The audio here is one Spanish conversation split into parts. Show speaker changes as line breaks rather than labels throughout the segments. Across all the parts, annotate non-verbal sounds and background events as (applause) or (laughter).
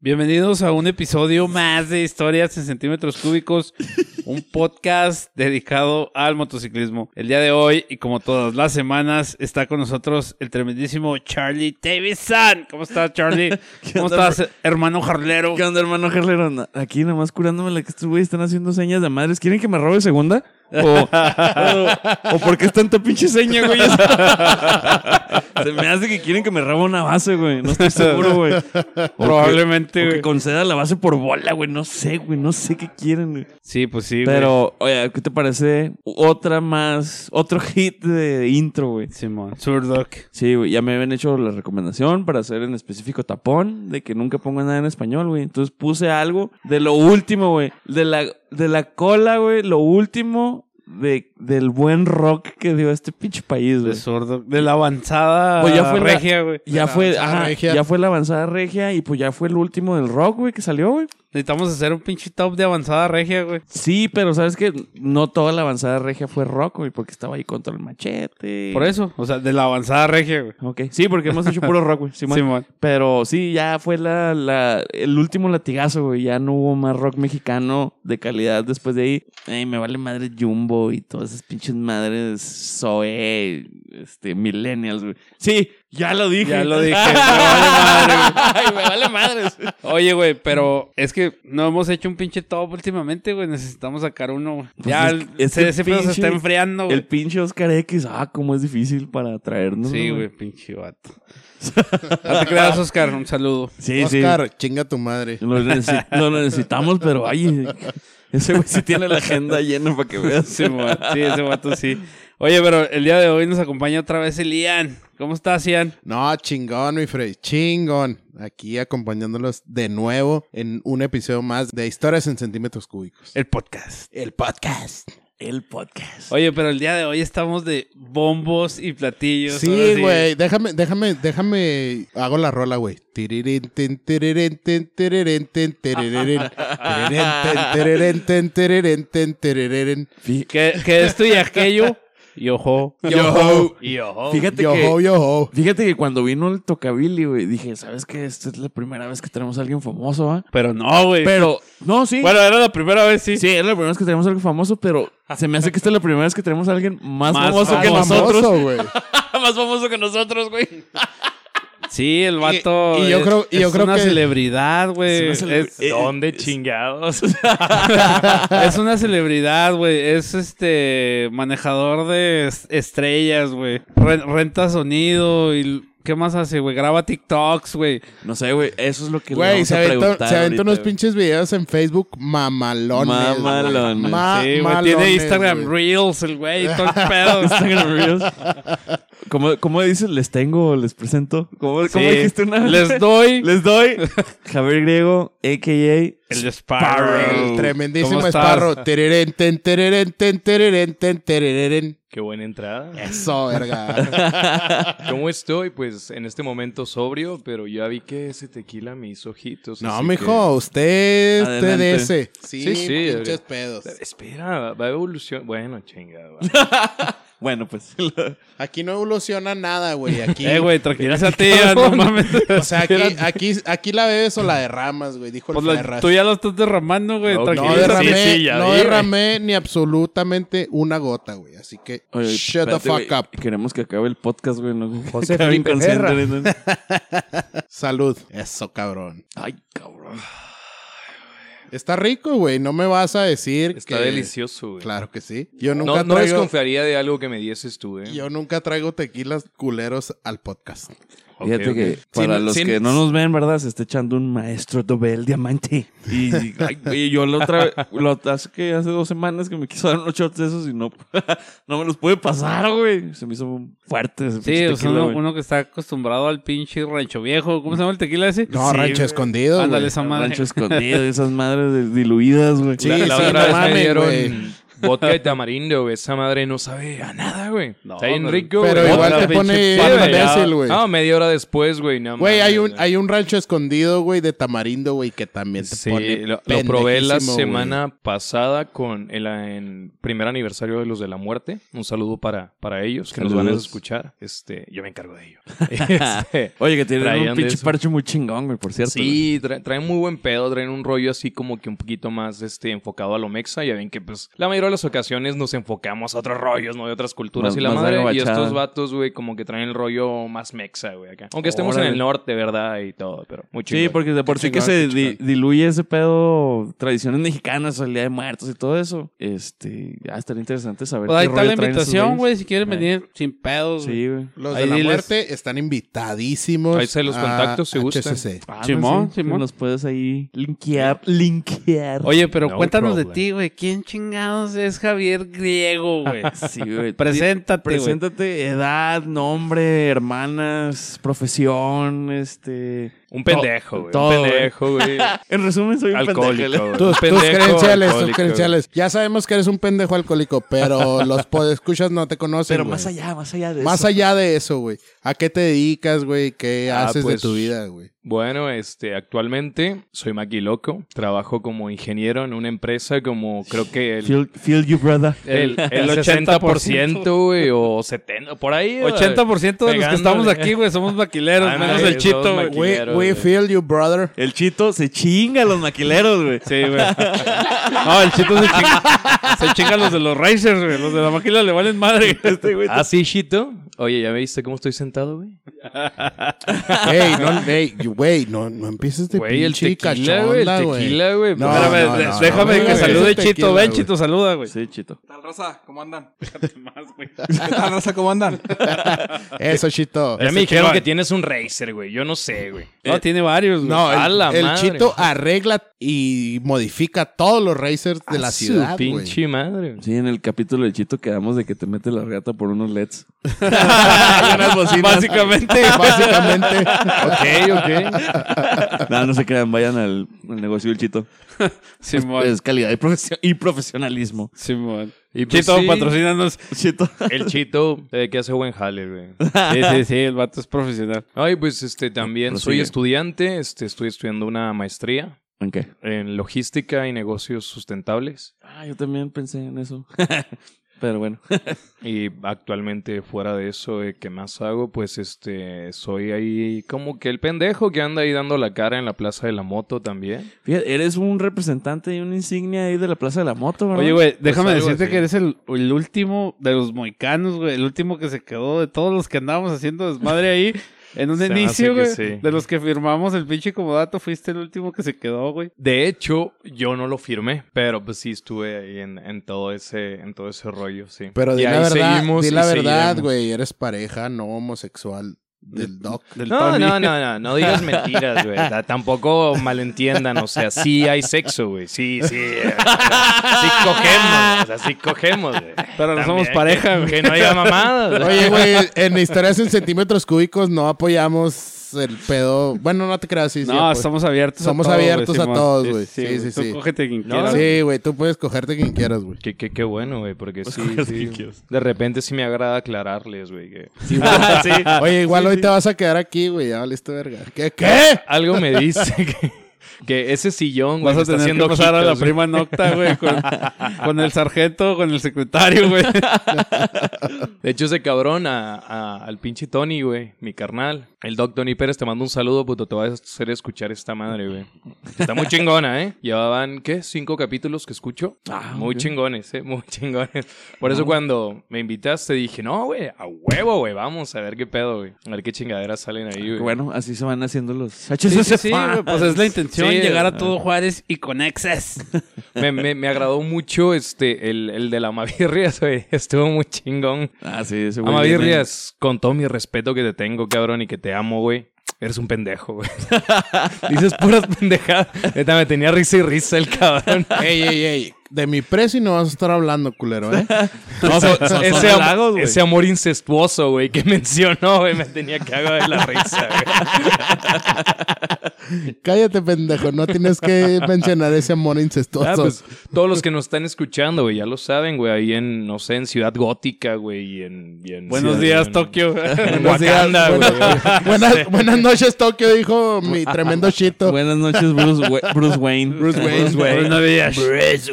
Bienvenidos a un episodio más de Historias en Centímetros Cúbicos, un podcast dedicado al motociclismo. El día de hoy, y como todas las semanas, está con nosotros el tremendísimo Charlie Davidson. ¿Cómo estás,
(laughs)
Charlie? ¿Cómo
onda,
estás, hermano jarlero?
¿Qué onda, hermano Gerlero? Na- Aquí nomás curándome la que estos güeyes están haciendo señas de madres. ¿Quieren que me robe segunda? ¿O, o, o por qué es tanta pinche seña, güey? (laughs) Se me hace que quieren que me robe una base, güey. No estoy seguro, güey.
Probablemente,
O
güey.
que conceda la base por bola, güey. No sé, güey. No sé qué quieren, güey.
Sí, pues sí, güey.
Pero, oye, ¿qué te parece? Otra más, otro hit de intro, güey.
Simón. Surdoc.
Sí, güey, ya me habían hecho la recomendación para hacer en específico tapón, de que nunca ponga nada en español, güey. Entonces puse algo de lo último, güey. De la, de la cola, güey, lo último de, del buen rock que dio este pinche país,
De
güey.
Surdoc. De la avanzada
Pues ya fue la-
regia, güey.
Ya
la
fue,
avanzada
ajá,
regia.
ya fue la avanzada regia y pues ya fue el último del rock, güey, que salió, güey.
Necesitamos hacer un pinche top de avanzada regia, güey.
Sí, pero sabes que no toda la avanzada regia fue rock, güey, porque estaba ahí contra el machete.
Por eso, o sea, de la avanzada regia, güey.
Ok, sí, porque hemos hecho puro rock, güey.
(laughs)
Simón.
Simón.
Pero sí, ya fue la, la- el último latigazo, güey. Ya no hubo más rock mexicano de calidad después de ahí. Ay, me vale madre Jumbo y todas esas pinches madres Zoe, este, Millennials, güey. Sí, ya lo dije. (laughs)
Ya lo dije, me vale madre, güey.
Ay, (laughs) me vale madres.
Oye, güey, pero es que no hemos hecho un pinche top últimamente, güey. Necesitamos sacar uno. güey.
Pues
ya
es-
el-
es
ese,
que
ese pedo se
pinche-
está enfriando,
El
güey.
pinche Oscar X, ah, cómo es difícil para traernos.
Sí, güey, pinche vato. No te creas, Oscar, un saludo.
Sí,
Oscar, chinga tu madre.
sí. Lo, necesi- lo necesitamos, pero ay, (laughs) ese güey sí tiene la agenda llena para que
(laughs)
veas.
Sí, güey, sí, ese vato sí. Oye, pero el día de hoy nos acompaña otra vez el Ian. ¿Cómo estás, Ian?
No, chingón, mi Freddy, chingón. Aquí acompañándolos de nuevo en un episodio más de Historias en Centímetros Cúbicos.
El podcast.
El podcast.
El podcast.
Oye, pero el día de hoy estamos de bombos y platillos. ahora
Sí, güey, déjame, déjame, déjame, hago la rola, güey. Tirirín, tin, tirirín, tin, tirirín, tin, tirirín, tirirín, tin, tirirín, tin, tirirín, tin, tirirín.
Fí-
Que, que esto y
(laughs)
aquello. Yo ho.
Yo ho.
Yo ho.
Fíjate
Yo
que,
ho, yo ho.
fíjate que cuando vino el Tocabili, güey, dije, ¿sabes qué? Esta es la primera vez que tenemos a alguien famoso, ¿ah?
Pero no, güey.
Pero, no, sí.
Bueno, era la primera vez, sí.
sí, es la primera vez que tenemos a alguien famoso, pero se me hace que esta es la primera vez que tenemos a alguien más,
Más
famoso que
Ah, Famoso,
nosotros.
güey.
más famoso que nosotros, güey.
Sí, el vato.
y yo
es-
creo- y yo
es
creo
una
que-
celebridad, güey.
Es
Es,
una cele- eh,
¿Dónde chingados?
(laughs) es una celebridad, güey. Es este manejador de es- estrellas, güey. Re- renta sonido y l- ¿qué más hace, güey? Graba TikToks, güey.
No sé, güey, eso es lo que le
Güey,
vamos
se
a
aventó,
preguntar
se aventó
ahorita,
unos
güey.
pinches videos en Facebook mamalones. güey.
Mamalones.
Sí, güey.
Mamalones,
Tiene Instagram
Ah, güey.
Reels, el güey. y Todo
(laughs)
el pedo.
(laughs) Instagram Reels. ¿Cómo, ¿Cómo dices? ¿Les tengo o les presento? ¿Cómo, cómo
Sí.
dijiste una
Les doy
(laughs) Les doy. Javier Griego, a.k.a.
el Sparrow.
El tremendísimo
¿Cómo estás?
esparro. Tereren, ten, tereren, ten, tereren, ten, tereren.
Qué buena entrada.
(laughs)
Eso, verga.
¿Cómo estoy? Pues en este momento sobrio, pero ya vi que ese tequila me hizo ojitos.
No,
así
mijo, usted, usted
Adelante.
de ese. Sí,
Sí, sí,
pinches
debería.
pedos.
que- Espera, va a evolucionar. Bueno,
(laughs)
chingada.
Bueno, pues.
Aquí no evoluciona nada, güey.
(laughs)
Aquí,
Eh, güey, tranquilízate, ya, no mames. (laughs)
o sea, aquí, aquí, aquí la bebes o la derramas, güey. Dijo el
Pues la-
Ferras.
tú ya lo estás derramando, güey.
No,
No
tranquilízate.
derramé,
Sí, sí, ya
no
vi, güey.
derramé ni absolutamente una gota, güey. Así que,
Oye,
shut
espérate,
the fuck
güey.
up.
Queremos que acabe el podcast, güey. No, (laughs)
José
Acabe
Felipe
inconsciente,
Guerra.
¿no?
Salud. Eso, cabrón.
Ay, cabrón.
Está rico, güey. No me vas a decir
Está
que-
delicioso, güey.
Claro que sí. Yo
No,
nunca
no
traigo...
desconfiaría de algo que me dieses tú, ¿eh?
Yo nunca traigo tequilas culeros al podcast.
Ok,
Fíjate
ok.
que para
Sin-
los
sin-
que no nos ven, ¿verdad? Se está echando un maestro Dobel Diamante. Y, ay, güey, yo (laughs) la otra lo, hace que hace dos semanas que me quiso dar unos shots de esos y no, (laughs) no me los pude pasar, güey. Se me hizo fuerte ese
Sí,
pinche
o sea,
tequila,
uno,
güey.
uno que está acostumbrado al pinche rancho viejo. ¿Cómo se llama el tequila ese?
No,
Sí,
rancho
güey.
escondido. güey.
Ándale, esa madre. (laughs)
Rancho escondido, esas madres de- diluidas, güey.
Sí,
la, la
sí,
otra
no
vez
mames,
me dieron
güey.
Vodka y tamarindo, güey. Esa madre no sabe a nada, güey.
No,
Está bien
pero-
rico, güey.
Pero
güey.
igual
Otra
te
pinche
pone
peda,
bien
güey.
imbécil, güey.
No, Ah, media hora después, güey. no
Güey, hay
mames,
un, hay un rancho escondido, güey, de tamarindo, güey, que también te
Sí,
pone
lo, lo probé la
pendejísimo, güey.
semana pasada con el en primer aniversario de los de la muerte. Un saludo para, para ellos que nos van a
Saludos.
escuchar. Este, yo me encargo (laughs) de ello. Este,
Oye, que tienen
Traían
un
de
pinche
eso.
parche muy chingón, güey, por cierto.
sí, tra- traen muy buen pedo, traen un rollo así como que un poquito más este enfocado a lo mexa. Ya ven que pues la mayoría de las ocasiones nos enfocamos a otros rollos, ¿no? De otras culturas
Más-
y la
más
madre. Y
agabachada.
estos vatos, güey, como que traen el rollo más mexa, güey, acá. Aunque estemos en
Órale.
el norte, ¿verdad? Y todo, pero muy
Sí,
chingón.
porque de por
Qué
sí que
chingón,
se
qué
di-
chingón.
diluye ese pedo, tradiciones mexicanas, el Día de Muertos y todo eso. Este, ah, estaría interesante saber
Pues ahí
qué
está
rollo
la
traen esos
invitación, güey. Si quieren
Ahí.
venir sin pedos. güey.
Sí, güey.
Los
Ahí
de la
diles-
muerte están invitadísimos.
Ahí se los
a
contactos, si gustan.
HCC.
Ah,
Simón,
sí,
Simón.
Nos puedes ahí linkear, linkear.
Oye, pero
No
cuéntanos
problem.
de ti, güey. ¿Quién chingados es Javier Griego, güey?
sí,
(laughs)
güey.
Preséntate, güey.
Preséntate, edad, nombre, hermanas, profesión, este...
Un pendejo, güey.
todo,
Un
güey.
pendejo, (laughs) güey.
En resumen, soy un pendejo.
Alcohólico. güey.
Tus, tus
Pendejo
credenciales, tus
alcohólico.
credenciales. Ya sabemos que eres un pendejo alcohólico,
(laughs)
pero los podescuchas no te conocen.
Pero
güey.
más allá, más allá de
Más
eso.
allá de eso, güey. ¿A qué te dedicas, güey? ¿Qué
Ah,
haces
pues,
de tu vida, güey?
Bueno, este, actualmente soy maquiloco. Trabajo como ingeniero en una empresa como creo que el,
Feel, feel you, brother.
(laughs)
el,
el
el 80%, güey, o 70%, por ahí. güey.
80% de los que
Pegándole.
estamos aquí, güey, somos maquileros,
Ah,
menos
sí,
el chito, güey.
somos maqui-
We,
Maquilero,
we
güey.
feel you, brother.
El chito se chinga a los maquileros, güey.
Sí, güey. No, el chito se chinga, se chinga los de los Racers, güey. Los de la maquila le valen madre.
Ah, sí, Chito. Oye, ¿ya viste cómo estoy sentado, güey?
(laughs) Ey, no, ey, güey, no, no empieces de
Güey, el
pinche
tequila, güey, el
cachonda, güey.
tequila, güey.
No,
Espérame,
no,
de-
no,
pues, déjame
no,
que
güey.
salude
Ese
Chito.
tequila,
Ven,
güey.
Chito, saluda, güey.
Sí, chito.
¿Qué tal, raza? ¿Cómo andan? ¿Qué tal, raza? ¿Cómo andan?
Eso,
(laughs)
chito.
Ya
Ese
me dijeron
chingón.
que tienes un racer, güey. Yo no sé, güey.
No, tiene varios, güey.
Eh, No,
A
el,
la
el
madre.
chito arregla y modifica todos los racers de la
A su
ciudad, güey.
pinche madre.
Sí, en el capítulo de Chito quedamos de que te mete la gata por unos
(laughs)
E LEDs.
(laughs)
Básicamente.
Básicamente.
Ok, ok.
No, no se crean, vayan al, al negocio del Chito.
Simón.
Es calidad y, profesio- y profesionalismo.
Simón.
(laughs) Y pues
Chito,
sí,
(laughs)
patrocínanos.
Chito.
El Chito, eh, que hace buen jale, güey.
Sí, sí, sí, el vato es profesional.
Ay, pues este también soy
Prosigue.
estudiante, este estoy estudiando una maestría
¿En qué?
en logística y negocios sustentables
Ah, yo también pensé en eso. (laughs) Pero bueno.
y actualmente fuera de eso eh, qué más hago, pues este soy ahí como que el pendejo que anda ahí dando la cara en la plaza de la moto también.
Fíjate, eres un representante y una insignia ahí de la Plaza de la Moto, ¿verdad?
Oye, güey,
pues
déjame
algo
decirte
así.
que eres el, el último de los moicanos, güey. El último que se quedó de todos los que andábamos haciendo desmadre ahí. En
(laughs)
un
Se me hace
inicio,
que
güey.
sí.
De los que firmamos el pinche comodato, fuiste el último que se quedó, güey.
De hecho, yo no lo firmé, pero pues sí estuve ahí en, en todo ese en todo ese rollo, sí.
Pero
Y
di la
ahí
verdad,
seguimos
di
y
la verdad,
seguiremos.
güey. Eres pareja no homosexual del doc.
Del
No,
Tony. (laughs)
no, no, no, no digas mentiras, güey. Ta- Tampoco malentiendan, o sea, sí hay sexo, güey. Sí, sí. eh, Sí cogemos, o sea, sí cogemos, güey.
Pero no
También
somos
que-
pareja, güey.
Que no haya mamadas. güey.
Oye, güey, en historias en centímetros cúbicos no apoyamos el pedo. Bueno, no te creas, sí, pues. sí.
No,
apoy-
estamos abiertos
Somos
a todos.
abiertos a
Simón.
todos, güey. Sí, sí,
Tú
sí.
cógete quien
No,
quieras.
sí.
Sí, güey, tú puedes cogerte quien quieras, güey.
Qué, qué, qué bueno, güey, porque sí,
coger
sí.
si quieres.
De repente sí me agrada aclararles, güey. que
Oye, igual hoy te vas a quedar aquí, güey. Ya listo, verga. ¿Qué? ¿Qué?
Algo me dice (laughs) que, que ese sillón,
Vas
güey, me
a
está
tener que
haciendo
pasar a la
ojitos, güey.
prima nocta, güey, con, con el sargento, con el secretario, güey.
De hecho, ese cabrón a- a- al pinche Tony, güey, mi carnal. El Doc Tony Pérez te manda un saludo, puto. Te va a hacer escuchar esta madre, güey. Está muy chingona, ¿eh? (laughs) Llevaban, ¿qué? Cinco capítulos que escucho.
Ah,
muy
ok.
chingones, ¿eh? Muy chingones. Por eso cuando me invitaste dije, no, güey, a huevo, güey. Vamos a ver qué pedo, güey. A ver qué chingaderas salen ahí, güey.
Ah, Bueno, así se van haciendo los
Sí, sí, (laughs)
HCC
sí,
fans.
güey, pues es la intención
Sí,
llegar a
güey.
todo Juárez y con exes.
Me, me- me agradó mucho este, el, el de la Mavirrias, (laughs) güey. Estuvo muy chingón.
(laughs) Ah, sí, ese güey.
Amavir
viene-
Rías, con todo mi respeto que te tengo, cabrón, y que te amo, güey. Eres un pendejo, güey. (laughs) Dices puras pendejadas. Neta, me tenía risa y risa el cabrón.
Ey, ey, ey. De mi precio y no vas a estar hablando, culero, ¿eh?
No, so-
son
ese, am-
halagos, güey.
ese amor incestuoso, güey, que (laughs) mencionó, güey, me tenía que hago de la risa, güey.
Cállate, pendejo. No tienes que mencionar ese amor incestuoso.
Ah, pues, todos los que nos están escuchando, güey, ya lo saben, güey, ahí en, no sé, en Ciudad Gótica, güey, y en... y en-
Buenos
en-
días,
en-
Tokio.
(laughs) En
Buenos días,
Wakanda, Ah, güey.
buenas, (laughs) buenas- buenas noches, Tokio, dijo mi tremendo chito.
Buenas noches, Bruce, We- Bruce Wayne. Bruce
Buenos días.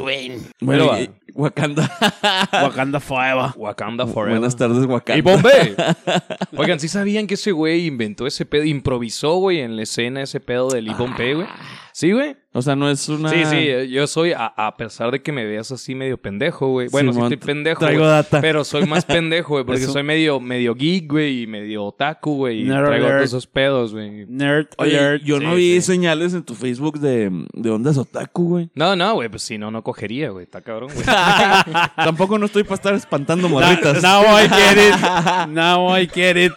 Bueno,
Bueno,
y- Wakanda.
Wakanda Forever.
Wakanda Forever.
Buenas tardes, Wakanda.
Y (laughs) Bombay. Oigan, ¿sí sabían que ese güey inventó ese pedo, improvisó, güey, en la escena ese pedo del Lee Bombay, güey? ¿Sí, güey?
O sea, no es una...
Ah. Sí, sí, eh, yo soy, a, a pesar de que me veas así medio pendejo, güey. Bueno, sí,
Simón,
estoy pendejo.
traigo
güey,
data.
Pero soy (laughs) más pendejo, güey, porque
Eso.
soy medio, medio geek, güey, y medio otaku, güey. Y
Nerd
traigo
alert.
todos esos pedos, güey.
Nerd.
Oye,
alert.
yo no
Sí,
vi
sí.
señales en tu Facebook de, de ondas otaku, güey.
No, no, güey, pues si no, no cogería, güey. Está cabrón, güey.
Tampoco no estoy para estar espantando
Na-
morritas.
Now I get
(laughs)
it. Now I get it.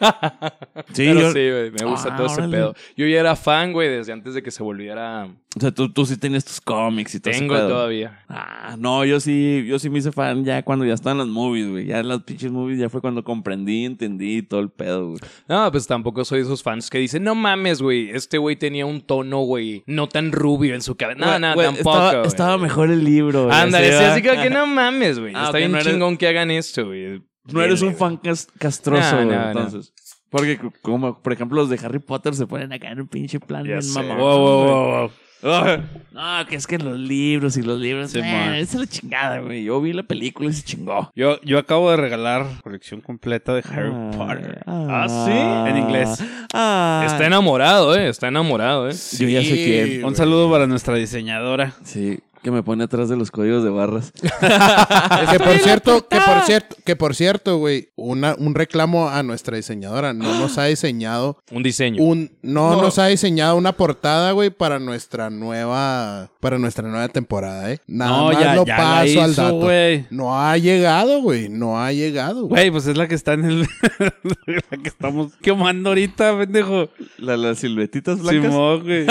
sí,
Pero
yo-
(laughs) sí, güey, me gusta
Ah,
todo ese
órale.
pedo. Yo ya era fan, güey, desde antes de que se volviera...
O sea, tú, tú sí tenías tus cómics y todo ese
Tengo
pedo.
todavía.
Ah, no, yo sí, yo sí me hice fan ya cuando ya estaban las movies, güey. Ya en las pinches movies ya fue cuando comprendí, entendí todo el pedo, güey.
No, pues tampoco soy de esos fans que dicen, no mames, güey, este güey tenía un tono, güey, no tan rubio en su cabeza. No,
Güey,
no,
güey,
tampoco.
Estaba,
güey.
estaba mejor el libro, güey.
Ándale, sí,
¿va?
así como que no mames, güey.
Ah,
Está
ok,
bien
no eres-
chingón que hagan esto, güey.
(laughs)
Eh,
No eres un fan cas- castroso,
No,
güey,
no, no.
entonces. Porque, c- como, por ejemplo, los de Harry Potter se ponen acá en un pinche plan
Ya
bien
sé.
Wow,
mamón,
wow,
güey.
wow, wow. Ah,
No, que es que los libros y los libros.
Sí,
eh,
man.
esa es la chingada, güey. Yo vi la película y se chingó.
Yo, yo acabo de regalar colección completa de Harry
Ah,
Potter.
ah,
En inglés.
Ah.
Está enamorado, eh. Está enamorado, eh.
Yo ya sé
Sí,
quién.
Un saludo para nuestra diseñadora.
Sí, que me pone atrás de los códigos de barras.
Que por cierto, que por cierto, que por cierto, güey, una, un reclamo a nuestra diseñadora. No nos ha diseñado
Un diseño.
Uh.
un, no, nos ha diseñado una portada, güey, para nuestra nueva, para nuestra nueva temporada, eh. Nada
No,
más
ya,
lo
ya la
paso al
hizo,
dato.
güey.
No ha llegado, güey. No ha llegado, güey.
Güey, pues es la que está en el. (laughs) la que estamos quemando ahorita, pendejo.
La- las siluetitas blancas.
Simón, güey.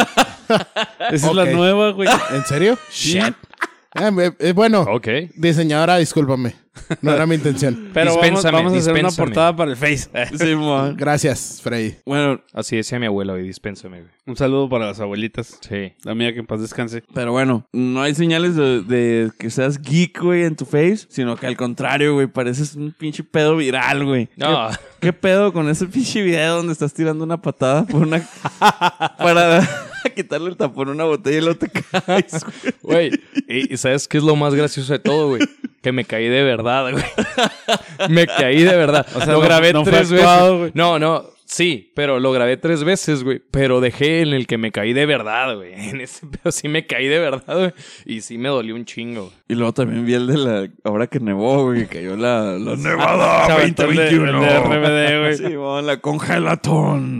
Esa es la
Ok.
nueva, güey.
¿En serio? Shit. Eh, eh, eh, bueno,
Ok.
diseñadora, discúlpame. No era mi intención.
Pero vamos,
Dispénsame,
vamos a hacer una
dispénsame.
portada para el Face. (laughs)
Sí, man.
Gracias, Freddy.
Bueno,
Así decía mi abuela, güey. Dispénsame, güey.
Un saludo para las abuelitas.
Sí.
La mía que en paz descanse.
pero bueno, no hay señales de, de que seas geek, güey, en tu face, sino que al contrario, güey, pareces un pinche pedo viral, güey.
No.
¿Qué, qué pedo con ese pinche video donde estás tirando una patada por una (laughs) para (laughs) quitarle el tapón a una botella y luego te caes? güey?
Güey. (laughs) Y, y ¿sabes qué es lo más gracioso de todo, güey? Que me caí de verdad, güey. (laughs) Me caí de verdad. O sea, lo
no-
grabé
no fue
tres
actuado,
veces.
güey.
No, no. Sí, pero lo grabé tres veces, güey. Pero dejé en el que me caí de verdad, güey. (laughs) En ese pedo sí me caí de verdad, güey. Y sí me dolió un chingo, güey.
Y luego también vi el de la ahora que nevó, güey, que cayó la la nevada
Se aventó el de- el
2021.
de RBD, güey.
Sí, man, la congelatón.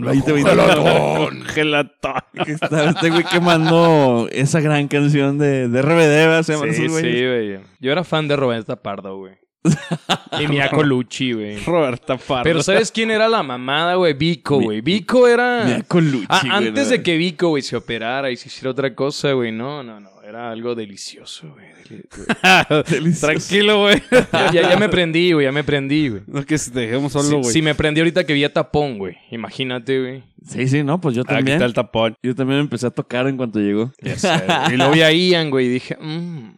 (laughs)
2021.
Gelatón.
que estaba este güey quemando esa gran canción de, de RBD, ¿verdad? Se llaman
Sí,
esos güeyes.
sí, güey. Yo era fan de Roberta Pardo, güey. y
(laughs)
Mia Colucci, güey.
Roberta Pardo.
Pero ¿sabes quién era la mamada, güey? Vico, güey. Vico era...
Mira, con Luchi,
Ah,
güey,
antes
¿no?
de que Vico, güey, se operara y se hiciera otra cosa, güey. No, no, no. Era algo delicioso, güey. Deli-
Tranquilo, güey.
ya,
(laughs)
ya- ya me prendí, güey. Ya me prendí, güey.
No que se te dejemos
Si,
solo, güey.
si me prendí ahorita que vi a Tapón, güey. Imagínate, güey.
Sí, sí, no, pues yo
Aquí
también.
está Ah, el tapón.
Yo también empecé a tocar en cuanto llegó.
Ya sé, güey. Y lo vi a Ian, güey, y dije, mm. Mm.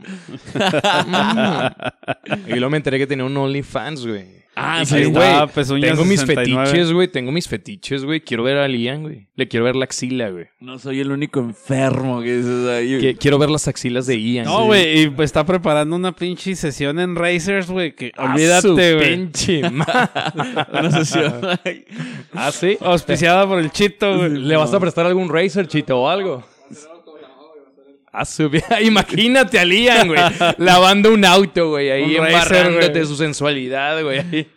Y luego me enteré que tenía un OnlyFans, güey.
Ah,
Y
sí,
que,
estaba Pezuña
Tengo mis
69.
fetiches, güey. Tengo mis fetiches, güey. Quiero ver a Lian, güey. Le quiero ver la axila, güey.
No soy el único enfermo que dices ahí.
Que- Quiero ver las axilas de Ian.
No, güey, y está preparando una pinche sesión en Racers, güey, que olvídate, güey.
Pinche
(laughs)
ma-
(laughs) Una (laughs) sesión.
¿Ah, sí?
Auspiciada por el
(laughs)
Chito, güey.
¿Le vas a prestar algún Razer, chito, o algo? Ah, su- (laughs) Imagínate a Lian, güey. Lavando un auto, güey. Ahí
Un Razer,
embarrándote
güey.
de su sensualidad, güey. ahí.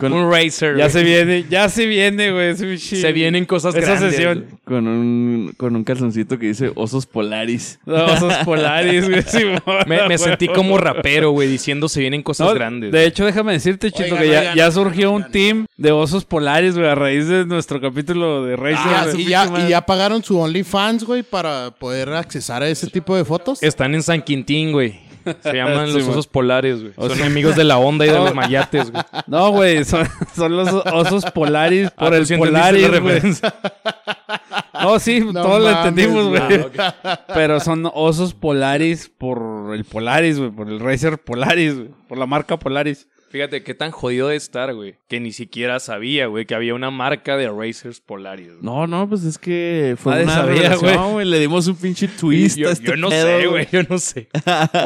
Un Razer.
Ya
güey. (laughs)
se viene, ya se viene, güey. ese pinche-
Se vienen cosas
Esa
grandes,
sesión.
güey.
Con un, con un calzoncito que dice osos polaris.
Los
(laughs)
osos polares, güey. Simón.
Me, me sentí (laughs) como rapero, güey, diciendo se vienen cosas
No,
grandes.
De hecho, déjame decirte, Chito,
Oigan,
que ya,
oigan.
ya surgió un team de osos polares, güey, a raíz de nuestro capítulo de
Ah,
Racers. güey.
y, ya, y ya pagaron su OnlyFans, güey, para poder accesar a ese tipo de fotos.
Están en San Quintín, güey. Se llaman
Sí,
los
güey.
osos polares, güey.
O
Son
sea-
amigos de la onda y de
No.
los mayates, güey.
No, güey, son, son los osos polaris por
Ah,
el
tú sí entendiste
polaris,
la
güey.
referencia.
No, sí,
(laughs) No
todos lo
mames,
entendimos,
no,
güey. Pero son osos polaris por el polaris, güey, por el racer polaris, güey, por la marca polaris.
Fíjate qué tan jodido de estar, güey. Que ni siquiera sabía, güey, que había una marca de Racers Polaris. güey.
No, no, pues es que fue
Nadie
una
sabía,
revelación,
güey.
güey. Le dimos un pinche
Y
twist.
yo,
a
yo
este
no
pedo,
sé, güey, yo no sé.
(laughs)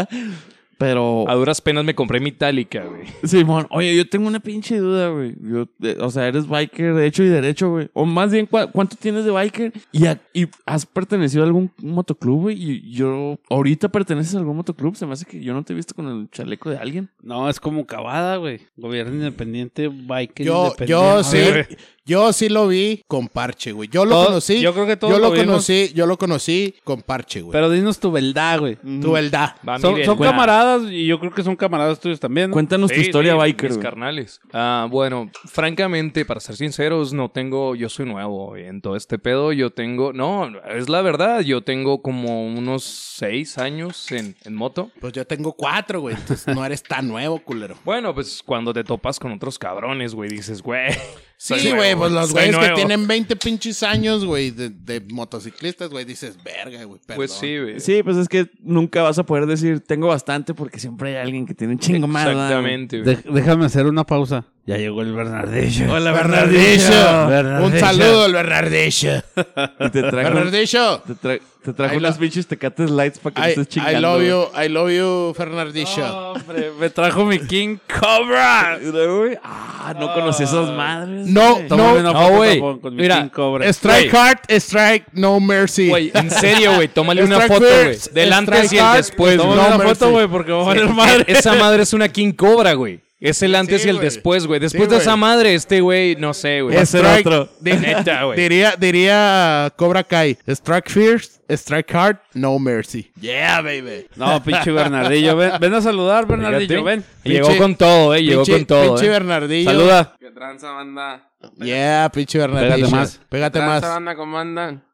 Pero,
(laughs) A duras penas me compré mi Tálica, güey.
Simón, oye, yo tengo una pinche duda, güey. Yo, eh, o sea, eres biker de hecho y derecho, güey. O más bien, ¿cuá- ¿cuánto tienes de biker? ¿Y, a- y has pertenecido a algún motoclub, güey? Y yo, ahorita perteneces a algún motoclub. Se me hace que yo no te he visto con el chaleco de alguien.
No, es como cabada, güey. Gobierno independiente, biker
Yo,
independiente.
yo sí,
güey.
yo sí lo vi con parche, güey. Yo lo
Todo-
conocí.
yo creo que todos
yo lo,
lo vimos.
conocí, yo lo conocí con parche, güey.
Pero dinos tu verdad, güey.
Tu verdad.
Va,
Son,
miren,
son
güey.
camaradas y yo creo que son camaradas tuyos también. ¿no?
Cuéntanos tu
Sí,
historia
sí,
biker,
mis
güey.
carnales. Ah, bueno, francamente, para ser sinceros, no tengo. Yo soy nuevo en todo este pedo. Yo tengo. No, es la verdad. Yo tengo como unos seis años en, en moto.
Pues yo tengo cuatro, güey. Entonces no eres tan nuevo, culero.
(laughs) Bueno, pues cuando te topas con otros cabrones, güey, dices, güey. (laughs) soy
Sí,
nuevo,
güey, pues los
soy
güeyes que
nuevo.
tienen 20 pinches años, güey, de, de motociclistas, güey, dices, verga, güey, perdón.
Pues sí, güey.
Sí, pues es que nunca vas a poder decir tengo bastante porque siempre hay alguien que tiene un chingo más. ¿verdad?
Exactamente, güey.
De- déjame hacer una pausa. Ya llegó el Bernardillo.
Hola,
Bernardillo.
Bernardillo.
Un saludo al Bernardillo.
Y te trajo,
Bernardillo.
te tra- te trajo
I
unas
lo-
pinches tecates lights para que no
I,
estés chingando.
I love
güey.
you, I love you,
Oh,
Bernardillo.
Hombre, me trajo mi King Cobra.
(laughs) Y luego, güey, Ah, no conocí esas madres.
No,
güey.
Tómame
no.
una foto,
no, güey.
Tapón, con mi
Mira,
King Cobra.
Strike
Güey.
hard, strike, no mercy.
Güey, en serio, güey, tómale una
Strike
foto, güey.
first,
Del antes
strike
y el
hard,
después,
no,
güey.
Tómame una
mercy.
foto, güey, porque vamos a valer madre.
Esa madre es una King Cobra, güey. Es el antes
Sí,
y el
güey.
después, güey. Después
Sí,
de
güey.
esa madre, este güey, no sé, güey.
Va a ser Strike. otro.
Neta, güey.
Diría, diría Cobra Kai, strike first, strike hard, no mercy. Yeah, baby.
No, pinche Bernardillo. Ven, ven a saludar, Bernardillo.
(laughs)
Ven.
Llegó
Pinche-
con todo, eh. Llegó
Pinche-
con todo.
Pinche
eh.
Bernardillo.
Saluda.
¿Qué tranza, banda?
Yeah, pinche Bernardillo.
Pégate más.
Pégate
Tranza,
más.
banda, ¿cómo andan?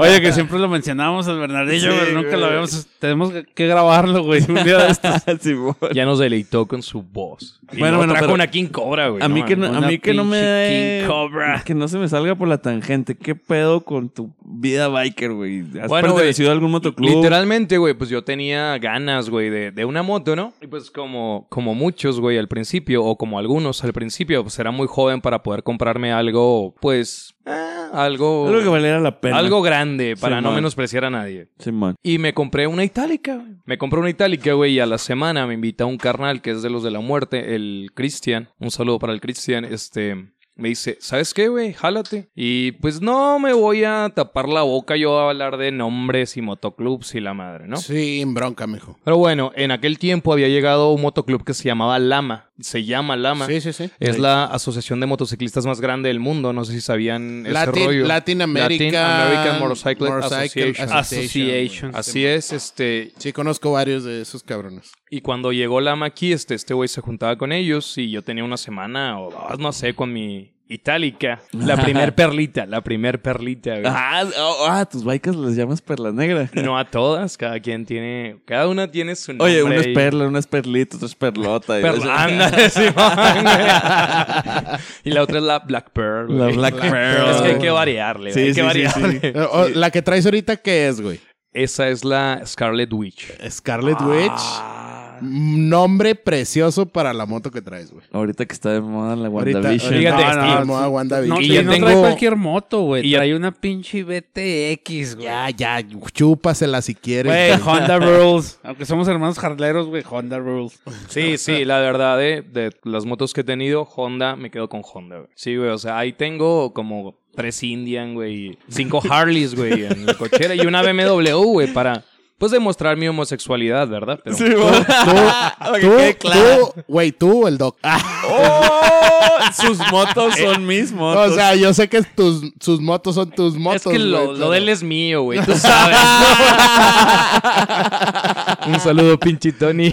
Oye, que siempre lo mencionamos al Bernardillo, pero nunca lo habíamos. Tenemos que- que grabarlo, güey. Un día de
(laughs)
estos.
Simón.
Ya nos deleitó con su voz. Y
Bueno,
bueno,
bueno,
trajo
pero-
una King Cobra, güey.
A mí, que no,
mames.
a
Una
mí que no me
pinche
dé-
King Cobra.
Que no se me salga por la tangente. ¿Qué pedo con tu vida biker, güey? ¿Has
Bueno,
pertenecido
güey,
a algún motoclub?
Literalmente, güey, pues yo tenía ganas, güey, de, de una moto, ¿no? Y pues como, como muchos, güey, al principio, o como algunos al principio, pues era muy joven para poder comprarme algo, pues, ah, algo...
Algo que valiera la pena.
Algo grande, para no
man.
menospreciar a nadie.
Simón.
Y me compré una itálica, güey. Me compré una itálica, güey, y a la semana me invita un carnal que es de los de la muerte, el Cristian. Un saludo para el Cristian, este... Me dice, ¿sabes qué, güey? Jálate. Y pues no me voy a tapar la boca yo a hablar de nombres y motoclubs y la madre, ¿no?
Sí, bronca, mijo.
Pero bueno, en aquel tiempo había llegado un motoclub que se llamaba Lama. Se llama Lama.
Sí, sí, sí.
Es la asociación de motociclistas más grande del mundo. No sé si sabían ese rollo.
Latin, Latin American,
Latin American Motorcycle,
Motorcycle
Association.
Association.
güey.
Así es, este,
Sí, conozco varios de esos cabrones.
y cuando llegó Lama aquí, este, este güey se juntaba con ellos y yo tenía una semana o dos, no sé, con mi itálica. La
(laughs)
primer perlita, la primer perlita, güey.
Ah, oh, ah, tus bikers les llamas perla negra.
No a todas, cada quien tiene, cada una tiene su nombre.
Oye, una es
y-
perla, una es perlita, otra es perlota. y-
Perla, (laughs) ándale, Simón,
(laughs)
güey. y la otra es la Black Pearl. güey.
La Black
Black
Pearl.
Pearl.
Es que hay que variarle,
Sí,
hay que
sí, sí,
variarle.
Eh, o- La que traes ahorita, ¿qué es, güey?
Esa es la Scarlet Witch.
Scarlet Witch. Mm, Nombre precioso para la moto que traes, güey.
Ahorita que está de moda la
Ahorita,
WandaVision.
ahorita- Fíjate,
no, no,
Steve.
moda WandaVision.
No,
Y
y
ya
no trae
tengo-
cualquier moto, güey.
y ya-
Trae una pinche BTX, güey.
Ya, ya, chúpasela si quieres.
(laughs)
Güey,
güey.
Honda Rules. Aunque somos hermanos jarleros, güey, Honda
(laughs)
Rules.
Sí,
(laughs)
sí, la verdad, de, de las motos que he tenido, Honda, me quedo con Honda, güey. Sí, güey, o sea, ahí tengo como tres Indian, güey, y
(laughs)
cinco Harleys, güey, en la cochera y una BMW, güey, para, pues, demostrar mi homosexualidad, ¿verdad? Pero,
Sí, güey.
Tú,
Para que
tú,
quede claro.
tú, güey, tú o el doc. Ah,
¡Oh! Sus (laughs) motos son mis motos.
O sea, yo sé que tus, sus motos son tus motos.
Es que lo,
güey,
lo
pero-
de él es mío, güey.
(laughs)
Tú sabes. Un saludo, pinche Tony.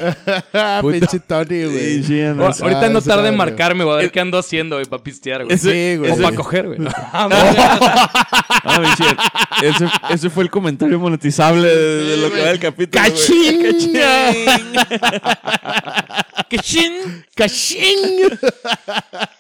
Ah, pinche Tony, güey.
Sí,
O-
no,
ahorita no
ese
tarda en
madre.
marcarme, voy a ver qué ando haciendo, güey, para pistear, güey.
Ese-
Sí, güey.
O para
Sí. (laughs)
coger, güey. (laughs)
Ah, mi shit. Ese, ese fue el comentario monetizable de, de lo que va del capítulo. güey. (laughs)
¡Cachín! ¡Cachín!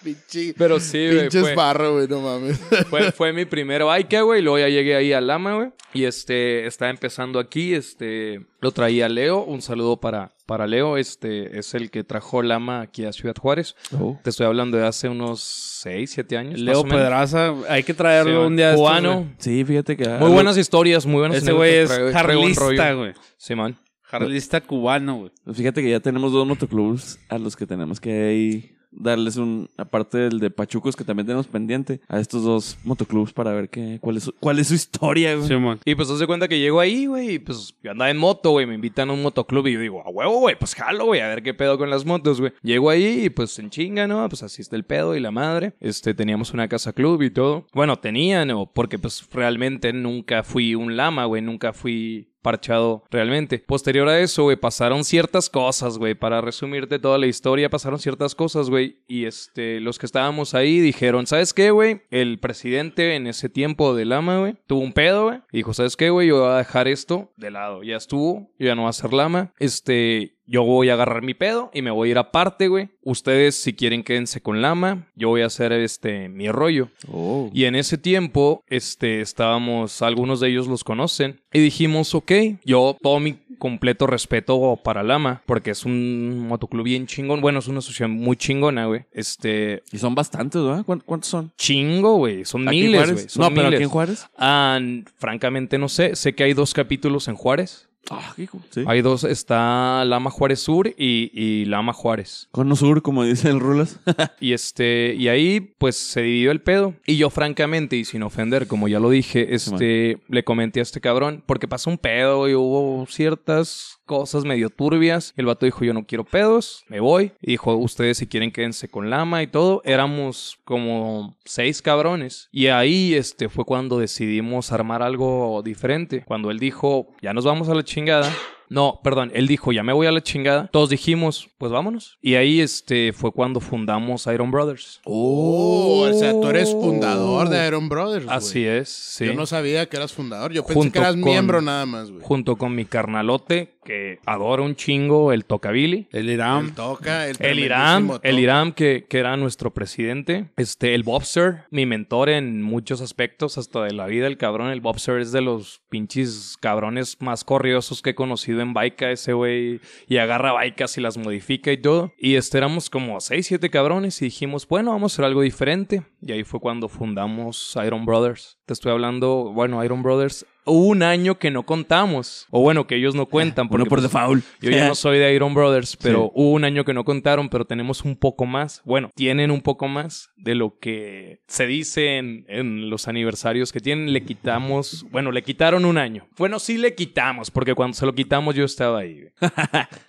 Pinche-
Pero sí, güey.
Pinches
fue-
barro, güey, no mames.
Fue, fue mi primero bike, güey. Luego ya llegué ahí a Lama, güey. Y este, estaba empezando aquí. Este, lo traía Leo. Un saludo para, para Leo. Este es el que trajo Lama aquí a Ciudad Juárez.
Oh.
Te estoy hablando de hace unos 6, 7 años.
Leo
más o menos.
Pedraza, hay que traerlo
Sí,
un día. de estos,
Cubano.
güey.
Sí, fíjate que.
Muy buenas historias, muy buenas
Este güey es
anécdotas, trae- trae buen
jarlista,
rollo.
güey.
Sí, man.
Jarlista cubano, güey.
ah, Fíjate que ya tenemos dos motoclubs a los que tenemos que ahí darles un. Aparte del de Pachucos que también tenemos pendiente, a estos dos motoclubs para ver qué, cuál, es su, cuál es su historia, güey.
Simón.
Y pues hace cuenta que llego ahí, güey, y pues yo andaba en moto, güey, me invitan a un motoclub y yo digo, a huevo, güey, pues jalo, güey, a ver qué pedo con las motos, güey. Llego ahí y pues en chinga, ¿no? Pues así está el pedo y la madre. Este, teníamos una casa club y todo. Bueno, tenían, o porque pues realmente nunca fui un lama, güey, nunca fui parchado realmente. Posterior a eso, güey, pasaron ciertas cosas, güey. Para resumirte toda la historia, pasaron ciertas cosas, güey. Y este, los que estábamos ahí dijeron, ¿sabes qué, güey? El presidente en ese tiempo del AMA, güey, tuvo un pedo, güey. Dijo, ¿sabes qué, güey? Yo voy a dejar esto de lado. Ya estuvo, yo ya no voy a ser lama. Este, yo voy a agarrar mi pedo y me voy a ir aparte, güey. Ustedes, si quieren, quédense con lama. Yo voy a hacer este, mi rollo.
Oh.
Y en ese tiempo, este, estábamos, algunos de ellos los conocen, y dijimos, ok, yo todo mi completo respeto para Lama, porque es un motoclub bien chingón, bueno, es una asociación muy chingona, güey. Este,
Y son bastantes, ¿verdad? ¿Cuán- ¿Cuántos son?
chingo, güey, son
¿Aquí en
miles,
Juárez?
güey. son
No, pero aquí
miles.
en Juárez.
Ah, n- francamente no sé, sé que hay dos capítulos en Juárez.
Ah, qué cool. Sí.
Hay dos, está Lama Juárez Sur y, y Lama Juárez.
Cono Sur, como dice el (laughs) Rulas.
Y este, y ahí pues se dividió el pedo. Y yo francamente, y sin ofender, como ya lo dije, este, le comenté a este cabrón, porque pasó un pedo y hubo ciertas cosas medio turbias. El vato dijo, yo no quiero pedos, me voy. Y dijo, ustedes si quieren quédense con Lama y todo. Éramos como seis cabrones. Y ahí, este, fue cuando decidimos armar algo diferente. Cuando él dijo, ya nos vamos a la chingada. No, perdón, él dijo, ya me voy a la chingada. Todos dijimos, pues vámonos. Y ahí este fue cuando fundamos Iron Brothers.
Oh, o sea, tú eres fundador de Iron Brothers.
Así
Pues, güey.
es, sí.
Yo no sabía que eras fundador. Yo pensé
Junto
que eras
con-
miembro nada más, güey.
Junto con mi carnalote, que adora un chingo el Tocabili.
El
El
Irán.
toca, el,
El Irán,
tremendísimo
el
Toca.
Irán que, que era nuestro presidente. Este, el Bobster, mi mentor en muchos aspectos, hasta de la vida, el cabrón. El Bobster es de los pinches cabrones más corriosos que he conocido en Baica, ese güey. Y agarra Baicas y las modifica y todo. Y este, éramos como seis, siete cabrones y dijimos, bueno, vamos a hacer algo diferente. Y ahí fue cuando fundamos Iron Brothers. Te estoy hablando, bueno, Iron Brothers. Hubo un año que no contamos. O bueno, que ellos no cuentan.
Uno
porque,
por
pues,
default. (laughs)
yo ya (laughs) no soy de Iron Brothers, pero
Sí.
hubo un año que no contaron, pero tenemos un poco más. Bueno, tienen un poco más de lo que se dice en, en los aniversarios que tienen. Le quitamos, bueno, le quitaron un año. Bueno, sí le quitamos, porque cuando se lo quitamos yo estaba ahí. güey.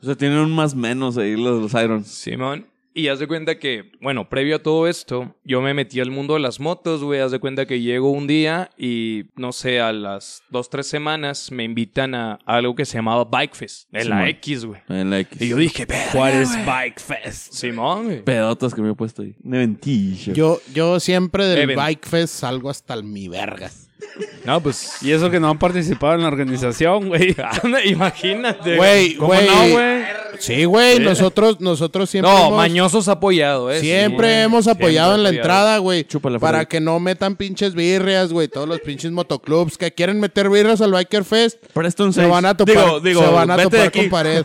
O sea, tienen un más menos ahí los, los Irons.
(laughs) Simón. Y haz de cuenta que, bueno, previo a todo esto, yo me metí al mundo de las motos, güey. Haz de cuenta que llego un día y, no sé, a las dos, tres semanas me invitan a algo que se llamaba Bike Fest, en la
Simón.
X, güey.
En la X.
Y yo dije, "Verga,
Juárez
güey".
Bike Fest.
Simón, güey.
Pedotas que me he puesto ahí. Un eventillo.
Yo, yo siempre del
Even.
Bike Fest salgo hasta el mi vergas.
No, (laughs) pues.
Y eso que no han participado en la organización, güey.
(laughs) Ah,
Anda, imagínate.
Güey,
¿Cómo
güey.
no, güey?
Sí, güey, nosotros, nosotros siempre.
No,
hemos-
mañosos apoyado, ¿eh?
Siempre
Sí, güey.
hemos apoyado
Siempre
en la
apoyado.
entrada, güey.
Chúpala,
Para
Freddy.
que no metan pinches birrias, güey. Todos los pinches motoclubs que quieren meter birras al Biker Fest.
Presta un
Se
seis.
van a topar,
Digo, digo,
se van a
vete de
topar
aquí.
con pared.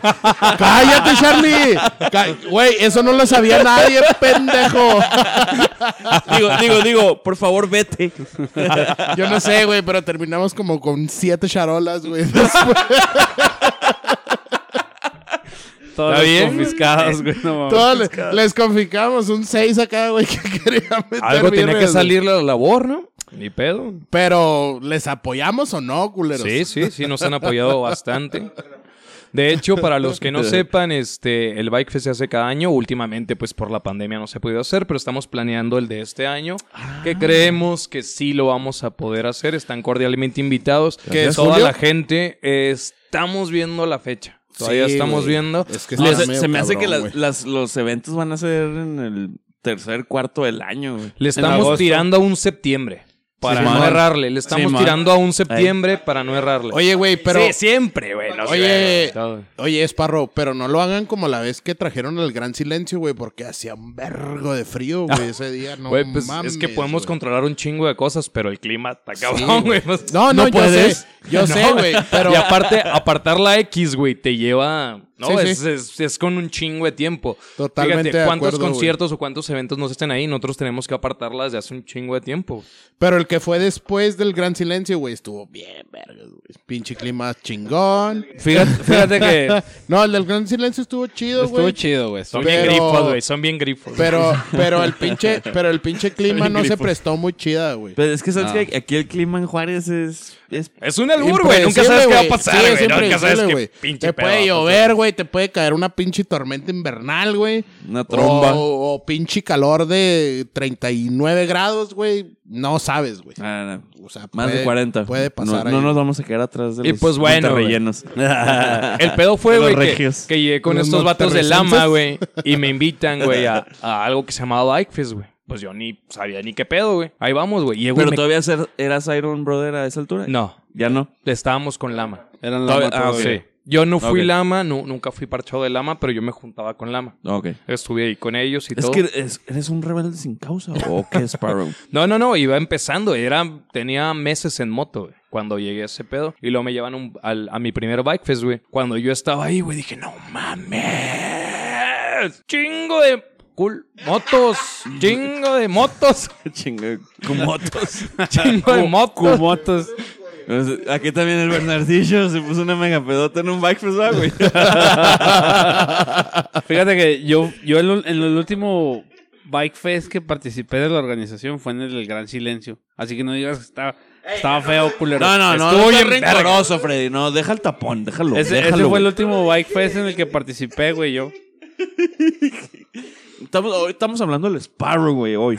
¡Cállate, Charlie! Ca- Güey, eso no lo sabía nadie, pendejo.
digo, digo, digo, por favor, vete.
Yo no sé, güey, pero terminamos como con siete charolas, güey. Después-
Todas
¿Está bien?
confiscadas, güey. No, mames.
todos le- les confiscamos un seis acá, güey, que (laughs) querían meter
Algo tenía que
birrias, güey.
salir la labor, ¿no? Ni pedo.
Pero, ¿les apoyamos o no, culeros?
Sí, sí, sí, nos han apoyado bastante. De hecho, para los que (laughs) no sepan, este, el Bike Fest se hace cada año. Últimamente, pues por la pandemia no se ha podido hacer, pero estamos planeando el de este año,
Ah.
que creemos que sí lo vamos a poder hacer. Están cordialmente invitados.
¿Qué
Que
es,
toda
Julio?
la gente eh, estamos viendo la fecha. Todavía
Sí,
estamos
güey.
viendo.
Es que
Le-
está
se,
medio
se me hace
cabrón,
que las-
güey.
las- los eventos van a ser en el tercer cuarto del año. güey.
Le
agosto.
estamos tirando a un septiembre. Para
Sí,
no
man.
errarle. Le estamos
man.
tirando a un septiembre para no errarle.
Oye, güey, pero.
Sí, siempre, güey. no sé,
Oye.
güey.
Oye, Esparro, pero no lo hagan como la vez que trajeron el gran silencio, güey, porque hacía un vergo de
(laughs)
frío, güey, ese día. No
Güey, pues
mames,
es que podemos
güey.
controlar un chingo de cosas, pero el clima está cabrón, güey. Pues-
No, no,
(laughs) No
yo
puedes.
sé. Yo sé, güey, pero.
Y aparte, apartar la X, güey, te lleva. No,
Sí,
es,
sí.
es- es con un chingo de tiempo.
Totalmente de
¿Cuántos
acuerdo, güey.
conciertos o cuántos eventos nos estén ahí? Nosotros tenemos que apartarlas desde hace un chingo de tiempo.
Pero el que fue después del gran silencio, güey, estuvo bien, verga, güey. Pinche clima
(laughs)
chingón.
Fíjate, fíjate que
(laughs) No, el del gran silencio estuvo chido,
estuvo
güey.
chido, güey.
Son
Pero-
bien grifos, güey. Son bien grifos.
Pero, pero el pinche, pero el pinche clima
bien
no se
grifos.
prestó muy chida, güey.
Pero es que sabes
Ah.
que aquí el clima en Juárez es, es
es un albur, güey. Nunca sabes qué va a pasar,
Sí,
güey.
es
Nunca sabes
impredecible,
qué
güey.
pinche
Te
pedo
puede
va a pasar.
llover, güey. Te puede caer una pinche tormenta invernal, güey.
una tromba.
O, o pinche calor de 39 grados, güey. No sabes, güey.
Ah,
No, ah, no, no.
O sea,
Más
puede-
de 40.
Puede pasar
No,
ahí.
no
(laughs)
nos vamos a quedar atrás de
Y
los
pues bueno, güey.
rellenos.
(laughs)
(laughs)
El pedo fue,
De los
güey, que,
regios.
que llegué con
Los
estos vatos de
monterrecenses.
Lama, güey, y me invitan, güey, a, a algo que se llamaba Bike Fest, güey. Pues yo ni sabía ni qué pedo, güey. Ahí vamos, güey. Llego y
Pero
me-
todavía ser- eras Iron Brother a esa altura.
(laughs) No,
Ya no.
estábamos con Lama.
Eran
Todavía-
la
ah, sí. Yo no fui
Ok.
Lama, nu- nunca fui parchado de Lama, pero yo me juntaba con Lama.
Ah, Ok.
Estuve ahí con ellos y
Es
todo.
que eres, eres un rebelde sin causa. ¿O qué, (laughs) Sparrow?
No, no, no, iba empezando. Era, tenía meses en moto, güey, cuando llegué a ese pedo. Y luego me llevan un- al- a mi primer Bike Fest, güey. Cuando yo estaba ahí, güey, dije, no mames. Chingo de cool. Motos. Chingo de motos. (laughs)
Chinga. Con motos.
Chingo de motos.
Cumotos.
(laughs) Pues, (laughs) Aquí también el Bernardillo se puso una mega pedota en un bike, pues, ah, (laughs) güey.
Fíjate que yo, yo en, lo- en el último Bike Fest que participé de la organización fue en el, del Gran Silencio. Así que no digas que estaba, estaba feo, culero.
No, no, no.
Estuvo
no
bien
seas
verga.
rencoroso, Freddy. No, deja el tapón, déjalo.
Ese, ese
déjalo
fue
güey.
el último Bike Fest en el que participé, güey,
(laughs)
yo.
estamos, hoy estamos hablando del Sparrow, güey, hoy.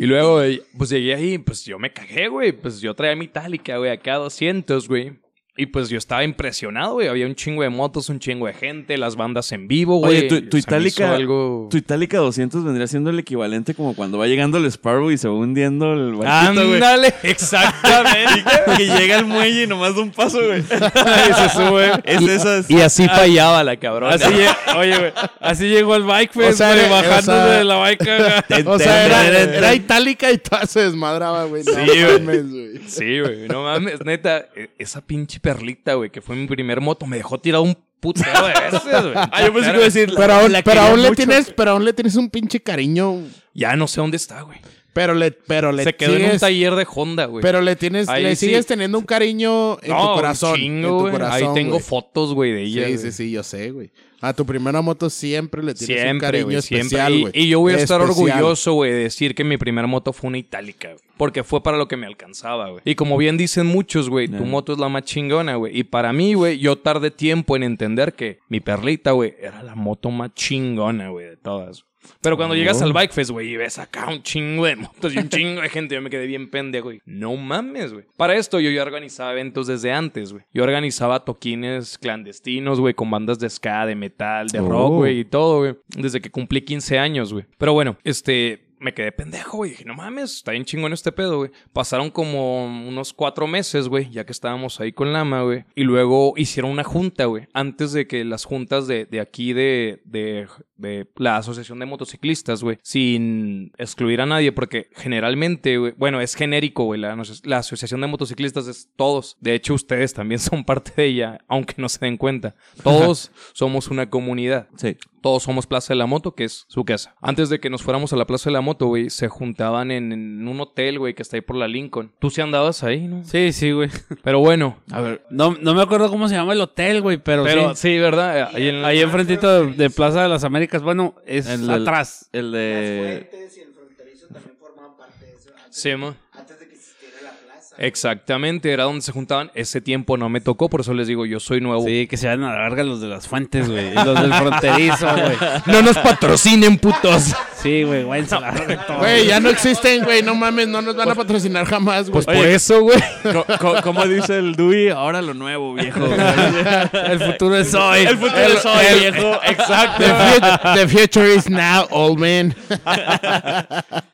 Y luego, güey, pues llegué ahí, pues yo me cagué, güey. Pues yo traía mi tálica, güey, acá 200, güey. Y pues yo estaba impresionado, güey. Había un chingo de motos, un chingo de gente, las bandas en vivo,
Oye,
güey.
tu, tu
Se me hizo
itálica.
algo-
Tu itálica 200 vendría siendo el equivalente como cuando va llegando el Sparrow y se va hundiendo el barquito, güey.
Ándale, (laughs)
(laughs)
exactamente.
que llega al muelle y nomás da un paso, (laughs) güey.
Y se sube.
Es de esas.
y
Ah.
así fallaba la cabrona.
Así,
(laughs)
lle- oye, güey, así llegó al Bike Fest,
O sea,
güey,
eh, o
bajándose
sea-
de la bike. güey.
O sea, era, era itálica y toda se desmadraba, güey. No
Sí, güey.
mames, güey.
Sí, güey, no mames, neta. e- Esa pinche perlita, güey, que fue mi primer moto, me dejó tirar un putero de veces,
(laughs)
güey.
Ah, yo pensé que iba a decir.
Pero aún,
la
pero
quería
aún le
mucho.
tienes, pero aún le tienes un pinche cariño.
Ya no sé dónde está, güey.
Pero le, pero le
Se quedó en un
sigues-
taller de Honda, güey.
Pero le tienes,
pues, Ahí
le
sí.
sigues teniendo un cariño en
No,
tu
un
corazón.
chingo,
en tu
güey.
corazón.
Ahí tengo
güey.
fotos, güey, de ella.
Sí,
güey.
sí, sí, yo sé, güey. A tu primera moto siempre le tienes un
Siempre,
cariño
güey, siempre.
especial,
Y-
güey.
Y, yo voy a estar
Especial.
orgulloso, güey, de decir que mi primera moto fue una itálica, güey. Porque fue para lo que me alcanzaba, güey. Y como bien dicen muchos, güey, tu moto es la más chingona, güey. Y para mí, güey, yo tardé tiempo en entender que mi perlita, güey, era la moto más chingona, güey, de todas. Pero cuando
Ah,
llegas al Bike Fest, güey, y ves acá un chingo de motos y un chingo de gente, yo me quedé bien pendejo, güey. No mames, güey. Para esto yo ya organizaba eventos desde antes, güey. Yo organizaba toquines clandestinos, güey, con bandas de ska, de metal, de rock,
Oh.
güey y todo, güey. Desde que cumplí 15 años, güey. Pero bueno, este. Me quedé pendejo, güey. Dije, no mames, está bien chingón este pedo, güey. Pasaron como unos cuatro meses, güey, ya que estábamos ahí con Lama, güey. Y luego hicieron una junta, güey. Antes de que las juntas de, de aquí, de, de, de la Asociación de Motociclistas, güey, sin excluir a nadie, porque generalmente, güey, bueno, es genérico, güey. La, la Asociación de Motociclistas es todos. De hecho, ustedes también (laughs) son parte de ella, aunque no se den cuenta. Todos somos una comunidad.
Sí.
Todos somos Plaza de la Moto, que es su casa. Antes de que nos fuéramos a la Plaza de la Moto, güey, se juntaban en, en un hotel, güey, que está ahí por la Lincoln. Tú sí andabas ahí, ¿no?
Sí, sí, güey.
Pero bueno, a ver.
No, no me acuerdo cómo se llama el hotel, güey, pero,
Pero
sí.
sí, ¿verdad? Ahí en la-
Ahí enfrentito de, de Plaza de las Américas. Bueno, es
El- el-
atrás.
El de.
Fuentes y el fronterizo también formaban parte de eso antes,
Sí, mo.
antes de que existiera la plaza.
Exactamente, era donde se juntaban. Ese tiempo no me tocó, por eso les digo, yo soy nuevo.
Sí, que se van a la verga los de las fuentes, güey. y Los del fronterizo, güey.
No nos patrocinen, putos.
Sí, güey, váyanse a la verga todos.
(laughs) Güey, ya no existen, güey. No mames, no nos van a patrocinar jamás, güey.
Pues por eso, güey.
Co- co- como dice el Dewey, ahora lo nuevo, (laughs) viejo.
(laughs) El futuro es hoy.
El futuro es hoy, viejo.
(laughs)
The,
Exacto.
fut- the future is now, old
(laughs)
man.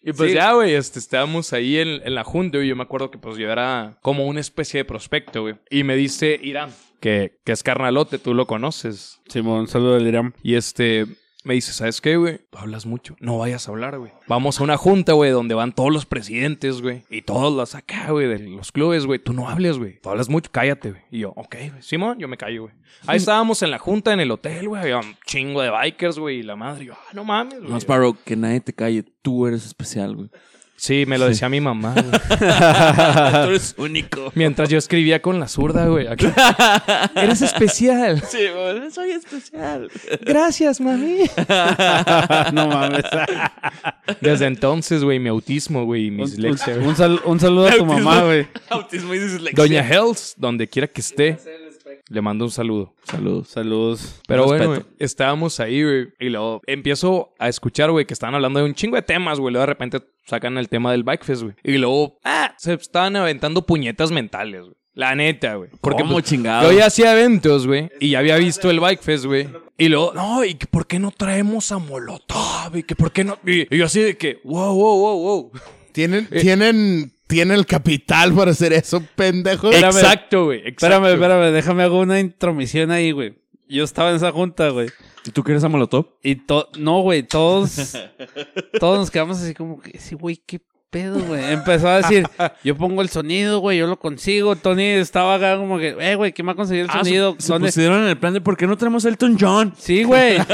Y pues ya, güey, este, estábamos ahí en, en la junta, y yo me acuerdo que pues yo era como una especie de prospecto, güey. Y me dice Irán, que, que es carnalote, tú lo conoces.
Simón, saludo del Irán.
Y este, me dice, ¿sabes qué, güey? Hablas mucho, no vayas a hablar, güey. Vamos a una junta, güey, donde van todos los presidentes, güey. Y todos los acá, güey, de los clubes, güey. Tú no hables, güey. Tú hablas mucho, cállate, güey. Y yo, ok, güey. Simón, yo me callo, güey. Ahí estábamos en la junta, en el hotel, güey. Había un chingo de bikers, güey. Y la madre, yo, ah, no mames, güey.
No, Sparrow, que nadie te calle. Tú eres especial, (laughs) güey.
Sí, me lo decía mi mamá, güey.
(laughs) Tú eres único.
Mientras yo escribía con la zurda, güey. aquí.
(laughs)
Eres especial.
Sí, güey, soy especial.
Gracias, mami.
No mames.
Desde entonces, güey, mi autismo, güey, y mi
Un,
dislexia. güey.
un sal- un saludo a tu mamá, güey.
Autismo y dislexia.
Doña Hells, donde quiera que esté, le mando un saludo.
Saludos.
Saludos.
Pero
Respeto.
bueno, güey, estábamos ahí, güey, y luego empiezo a escuchar, güey, que estaban hablando de un chingo de temas, güey. Luego de repente sacan el tema del Bikefest, güey. Y luego, ah, se estaban aventando puñetas mentales, güey. La neta, güey. Porque
¿Cómo
pues,
chingados?
Yo ya hacía eventos, güey. Y ya había visto el Bike Fest, güey. Y luego, no, ¿y que por qué no traemos a Molotov? ¿Y que por qué no? Y, y yo así de que, wow, wow, wow, wow. (laughs)
¿Tienen, tienen, tienen el capital para hacer eso, pendejo.
Espérame.
Exacto, güey.
Espérame,
Espérame,
espérame, déjame hago una intromisión ahí, güey. Yo estaba en esa junta, güey.
¿Y tú quieres a Molotov?
Y to no, güey, todos todos nos quedamos así como que sí, güey, qué pedo, güey. Empezó a decir, yo pongo el sonido, güey, yo lo consigo. Tony estaba acá como que, eh, güey, ¿quién va a conseguir el
Ah,
sonido?
Ah, se,
pues
¿Dónde- Eh,
pusieron en el plan de por qué no traemos a Elton John.
Sí, güey. Y, él-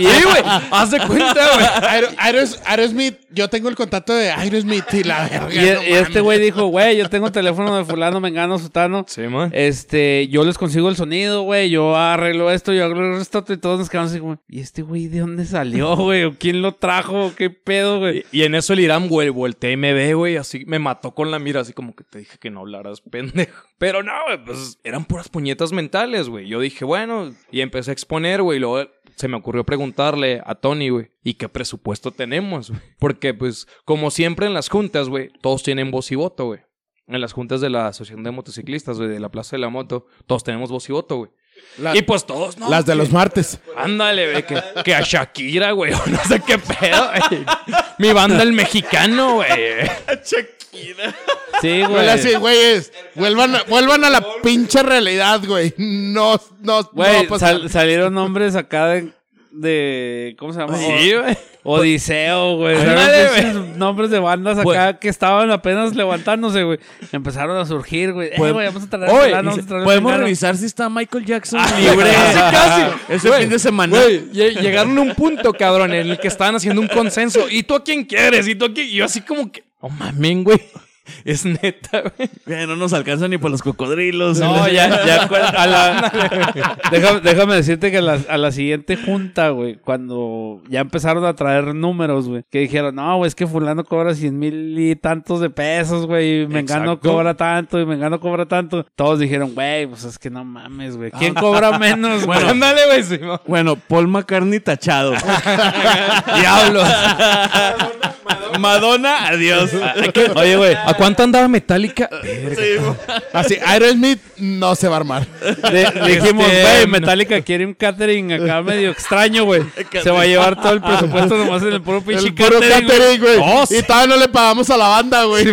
y e, él-
Sí, güey. Haz de cuenta, güey.
Aero- Aeros- Aerosmith, yo tengo el contacto de Aerosmith y la verga.
y el-
no
y este
mames.
güey dijo, güey, yo tengo el teléfono de fulano, mengano, sutano.
Sí, man.
Este, yo les consigo el sonido, güey. Yo arreglo esto, yo arreglo esto y todos nos quedamos así como, ¿y este güey de dónde salió, güey? ¿O quién lo trajo? ¿Qué pedo, güey?
Y, y en eso el Irán, güey, volteé y me ve, güey, así me mató con la mira, así como que te dije que no hablaras, (laughs) pendejo. Pero no, güey, pues eran puras puñetas mentales, güey. Yo dije, bueno, y empecé a exponer, güey, y luego se me ocurrió preguntarle a Tony, güey, ¿y qué presupuesto tenemos, güey? (laughs) Porque, pues, como siempre en las juntas, güey, todos tienen voz y voto, güey. En las juntas de la Asociación de Motociclistas, güey, de la Plaza de la Moto, todos tenemos voz y voto, güey.
La-
y pues todos, ¿no?
Las de los martes.
Ándale, güey, que, que a Shakira, güey, (laughs) o no sé qué pedo, güey. Mi banda el mexicano, güey.
Sí,
Güey,
güey.
así, güeyes, vuelvan, a- vuelvan a la pinche realidad, güey. No, no,
Güey,
no pues, pasa- (laughs)
sal- salieron nombres acá de, de- ¿cómo se llama?
Sí, güey.
O- Odiseo, güey.
Ándale,
Salieron
güey.
esos nombres de bandas acá que estaban apenas levantándose, güey. Empezaron a surgir, güey. Eh, güey, vamos a traer a
Pues, Oye,
fulano, Ah, vamos a traer a
podemos
mengano.
revisar si está Michael Jackson
(laughs)
(laughs)
libre.
casi, casi.
(laughs) Ese
Güey,
fin de semana.
Güey, lle- llegaron a un punto, cabrón, en el que estaban haciendo un consenso. ¿Y tú a quién quieres? ¿Y tú a quién? Y yo así como que, oh, mamen, güey. Es neta, güey.
Güey, no nos alcanza ni por los cocodrilos. (laughs)
No, ya, ya. cu- a la- déjame, déjame decirte que a la, a la siguiente junta, güey, cuando ya empezaron a traer números, güey, que dijeron, no, güey, es que fulano cobra cien mil y tantos de pesos, güey, y Mengano
Exacto.
cobra tanto, y Mengano cobra tanto. Todos dijeron, güey, pues es que no mames, güey, ¿quién cobra menos, güey?
Ándale, güey. Simón.
Bueno, Paul McCartney tachado. (laughs)
Diablos.
Madonna, adiós. (laughs)
Oye, güey, ¿a cuánto andaba Metallica? Verga.
así, Aerosmith no se va a
(laughs)
armar.
(laughs) Le- dijimos,
Este,
güey,
no.
Metallica quiere un catering acá medio extraño, güey. Se va a llevar todo el presupuesto nomás en el puro pinche
El puro
catering, güey.
catering, güey.
Oh,
y todavía no le pagamos a la banda, güey.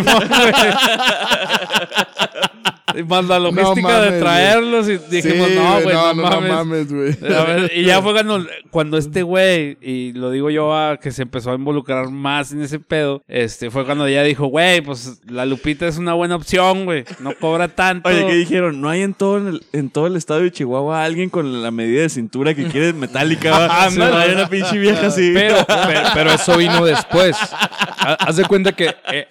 Y más la
No
logística
mames,
de
güey.
traerlos y dijimos,
Sí,
no, güey, no,
no, no, no
mames.
mames, güey.
A ver, y ya fue cuando, cuando este güey, y lo digo yo, ah, que se empezó a involucrar más en ese pedo, este, fue cuando ella dijo, güey, pues la Lupita es una buena opción, güey, no cobra tanto.
Oye, ¿qué dijeron? No hay en todo el, en todo el estado de Chihuahua alguien con la medida de cintura que quiere metálica. va. Se
Ándale.
va a ir una pinche vieja así.
Pero, pero, pero eso vino después. Ha- Haz de cuenta que eh,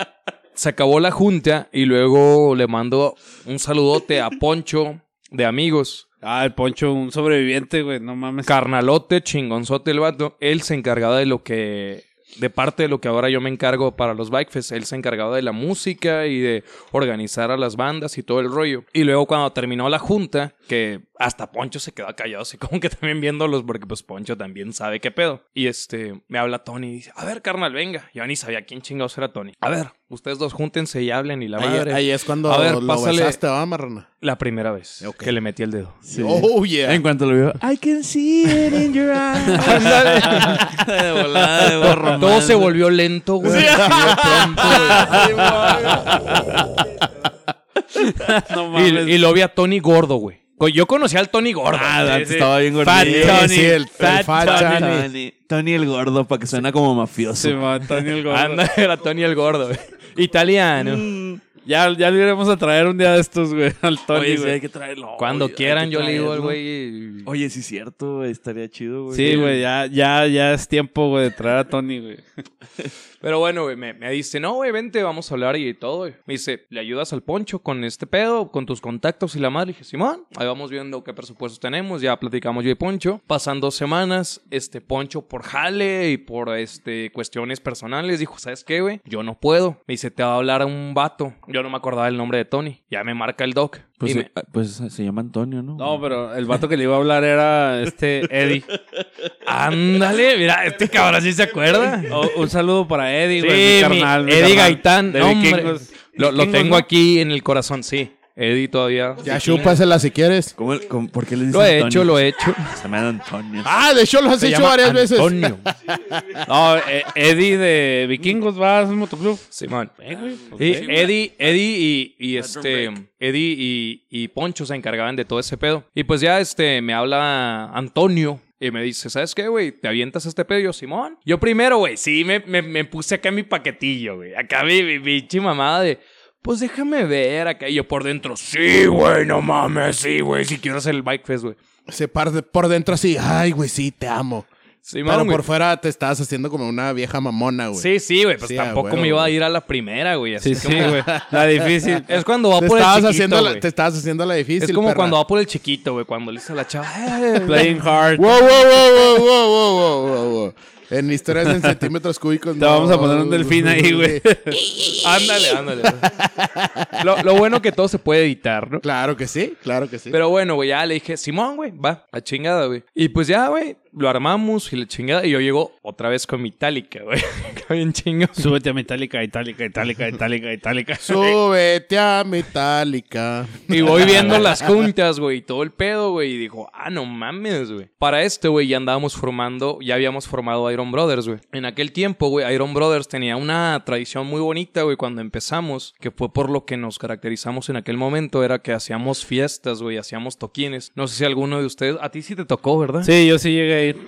se acabó la junta y luego le mando un saludote a Poncho de amigos.
Ah, el Poncho, un sobreviviente, güey, no mames.
Carnalote, chingonzote el vato. Él se encargaba de lo que de parte de lo que ahora yo me encargo para los Bikefest. Él se encargaba de la música y de organizar a las bandas y todo el rollo. Y luego cuando terminó la junta, que hasta Poncho se quedó callado, así como que también viéndolos, porque pues Poncho también sabe qué pedo. Y este, me habla Tony y dice, a ver, carnal, venga. Yo ni sabía quién chingados era Tony. A ver, ustedes dos júntense y hablen y la
Ahí,
madre.
ahí es cuando
A ver,
lo
pásale-
besaste, ¿va, marrana?
La primera vez
Ok.
que le metí
(laughs)
el dedo.
Sí.
Oh, yeah.
En cuanto lo vio, I can see it in your eyes. de volada, de borromán.
Todo se volvió lento, güey.
(laughs)
No
Y,
mames.
y lo vi a Tony gordo, güey. Co- Yo conocí al Tony gordo.
Ah,
Sí, sí.
Estaba bien gordito.
Fat
Sí,
Tony.
sí, el- el
Fat
Fat
Tony.
Tony.
Tony, Tony el gordo, para que suena como mafioso. Mm,
Sí, man, Tony el gordo.
Anda, era Tony el gordo, güey. Italiano.
Mm.
Ya, ya le iremos a traer un día de estos, güey, (laughs) al Tony,
Oye, sí, hay
güey.
que traerlo.
Cuando
Oye, hay
quieran,
que
yo le digo al
traerlo.
güey.
Oye, sí, cierto, güey, estaría chido, güey.
Sí, güey, ya, ya, ya es tiempo, güey, de traer a Tony, güey.
Pero bueno, güey, me, me dice, no, güey, vente, vamos a hablar y todo. güey. Me dice, ¿le ayudas al poncho con este pedo, con tus contactos y la madre? Le dije, Simón, ahí vamos viendo qué presupuestos tenemos, ya platicamos yo y poncho. Pasan dos semanas, este poncho por jale y por este cuestiones personales, dijo, ¿sabes qué, güey? Yo no puedo. Me dice, te va a hablar un vato. Yo no me acordaba el nombre de Tony. Ya me marca el doc.
Pues,
Y me-
eh, ah, pues se llama Antonio, ¿no?
No, pero el vato que le iba a hablar era este (laughs) Eddie.
Ándale, mira, este cabrón sí se acuerda.
O- Oh, un saludo para Eddie, güey.
Sí,
mi
mi
carnal, mi
Eddie
carnal,
Gaitán,
de
no, hombre.
Vikingos.
Lo, lo
Vikingos,
tengo
¿no?
aquí en el corazón, sí. Eddie todavía.
Ya chúpasela si quieres.
¿Cómo el- cómo- ¿Por qué le dicen
Lo he
Antonio?
hecho, lo he hecho.
Se llama Antonio. (laughs)
Ah, de hecho lo has
Se
hecho
llama
varias veces. (laughs)
Antonio.
No, eh, Eddie de Vikingos va a un motoclub.
Simón.
Eh, güey, pues,
Y
sí, güey.
Eddie, Eddie y, y este Eddie y, y Poncho se encargaban de todo ese pedo. Y pues ya este me habla Antonio y me dice, ¿sabes qué, güey? ¿Te avientas este pedo? Y Yo, Simón. Yo primero, güey, sí, me, me, me puse acá mi paquetillo, güey. Acá mi mi pinche mamada de. Pues déjame ver acá. Y yo por dentro, sí, güey, no mames, sí, güey. Si quiero hacer el bike fest, güey.
Se parte por dentro así. Ay, güey, sí, te amo.
Simón,
Pero
güey.
por fuera te estabas haciendo como una vieja mamona, güey.
Sí, sí, güey. Pues
Sí, a
tampoco
huevo,
me iba a
güey.
ir a la primera, güey.
Sí,
Así
sí,
como- (laughs)
güey. La difícil.
Es cuando va
Te
por el
estabas,
chiquito,
haciendo la,
güey.
te estabas haciendo la difícil.
Es como
perra.
cuando va por el chiquito, güey, cuando le dice a la chava.
Playing hard.
Wow, wow, wow, wow, wow, wow, wow, wow, wow. En historias en centímetros
(laughs)
cúbicos.
Te vamos a poner un delfín ahí, güey.
ándale, ándale. (laughs) lo, lo bueno que todo se puede editar, ¿no?
Claro que sí, claro que sí.
Pero bueno, güey, ya le dije, Simón, güey, va, a chingada, güey. Y pues ya, güey, lo armamos y la chingada. Y yo llego otra vez con mi tálica, güey. (laughs) Qué bien chingo.
Súbete a Metallica, Itálica, Itálica, Itálica, Itálica.
Súbete a Metallica.
Y voy viendo las juntas, güey, y todo el pedo, güey. Y dijo, ah, no mames, güey. Para este, güey, ya andábamos formando, ya habíamos formado Iron Brothers, güey. En aquel tiempo, güey, Iron Brothers tenía una tradición muy bonita, güey, cuando empezamos, que fue por lo que nos caracterizamos en aquel momento, era que hacíamos fiestas, güey, hacíamos toquines. No sé si alguno de ustedes, a ti sí te tocó, ¿verdad?
Sí, yo sí llegué a ir.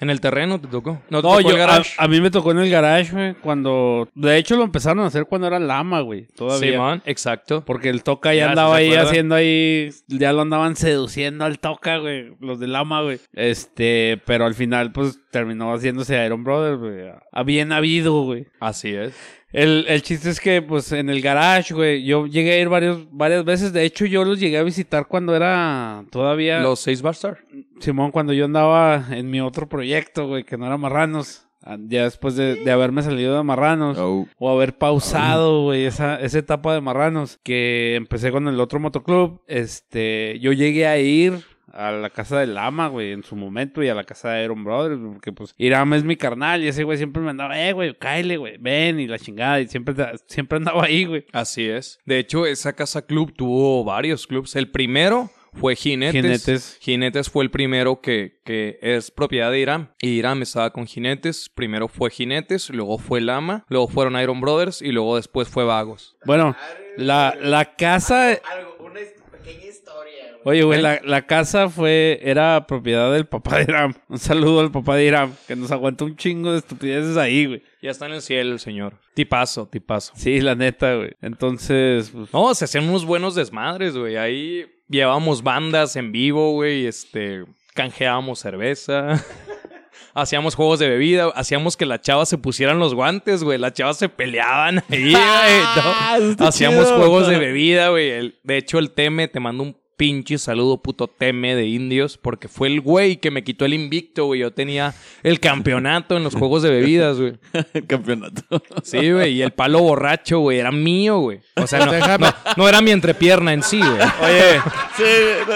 En el terreno te tocó. No, te
No,
tocó el
yo, ah, a,
garage.
a mí me tocó en el garage, güey, cuando... De hecho, lo empezaron a hacer cuando era lama, güey, todavía.
Simón, exacto.
Porque el Toca ya,
Ya, sí
andaba
se
ahí
acuerda.
haciendo ahí... Ya lo andaban seduciendo al Toca, güey, los de lama, güey. Este, pero al final, pues, terminó haciéndose Iron Brothers, güey. A bien habido, güey.
Así es.
El, el chiste es que, pues, en el garage, güey, yo llegué a ir varios, varias veces. De hecho, yo los llegué a visitar cuando era todavía...
Los seis Barstar.
Simón, cuando yo andaba en mi otro proyecto, güey, que no era Marranos, ah, ya después de, de haberme salido de Marranos,
Oh.
o haber pausado, güey, esa, esa etapa de Marranos, que empecé con el otro motoclub, este, yo llegué a ir a la casa de Lama, güey, en su momento, y a la casa de Aaron Brothers, güey, porque pues Irama es mi carnal, y ese güey siempre me andaba, eh, güey, cáele, güey, ven, y la chingada, y siempre, siempre andaba ahí, güey.
Así es. De hecho, esa casa club tuvo varios clubs. El primero fue Jinetes.
Jinetes.
Jinetes fue el primero que, que es propiedad de Iram. Y Iram estaba con Jinetes. Primero fue Jinetes, luego fue Lama, luego fueron Iron Brothers y luego después fue Vagos.
Bueno, la, la casa...
algo, una his- pequeña historia,
Oye,
güey.
güey, la, la casa fue, era propiedad del papá de Iram. Un saludo al papá de Iram, que nos aguantó un chingo de estupideces ahí, güey.
Ya está en el cielo el señor. Tipazo, tipazo.
Sí, la neta, güey. Entonces, pues,
No, se hacían unos buenos desmadres, güey. Ahí llevábamos bandas en vivo, güey. Este, canjeábamos cerveza. (laughs) Hacíamos juegos de bebida, hacíamos que las chavas se pusieran los guantes, güey. Las chavas se peleaban (laughs)
(laughs)
ahí, güey. No.
Ah, eso está
Hacíamos
chido.
juegos de bebida, güey. El- De hecho, el Teme, te mando un pinche saludo puto teme de indios, porque fue el güey que me quitó el invicto, güey. Yo tenía el campeonato en los juegos de bebidas, güey.
El campeonato.
Sí, güey. Y el palo borracho, güey, era mío, güey. O sea, no, no, no era mi entrepierna en sí, güey.
Oye,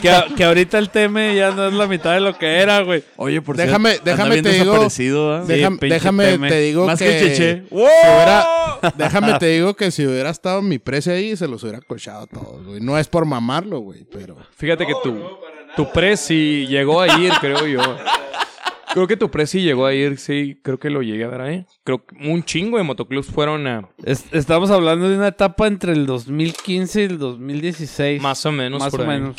que, a- que ahorita el teme ya no es la mitad de lo que era, güey.
Oye, por
Déjame-
cierto, anda
déjame
bien
te digo-
desaparecido, ¿ah?
Sí,
Déjame,
pinche
déjame
Teme.
te digo
Más que, Cheche.
si hubiera- déjame te digo que si hubiera estado mi presa ahí, se los hubiera cochado a todos, güey. No es por mamarlo, güey, pero...
Fíjate que tu, tu pre sí llegó a ir, creo yo. Creo que tu pre sí llegó a ir, sí. Creo que lo llegué a ver ahí. Creo que un chingo de motoclubs fueron a...
Es- estamos hablando de una etapa entre el 2015 y el 2016.
Más o menos
Más
por
o
ahí.
menos.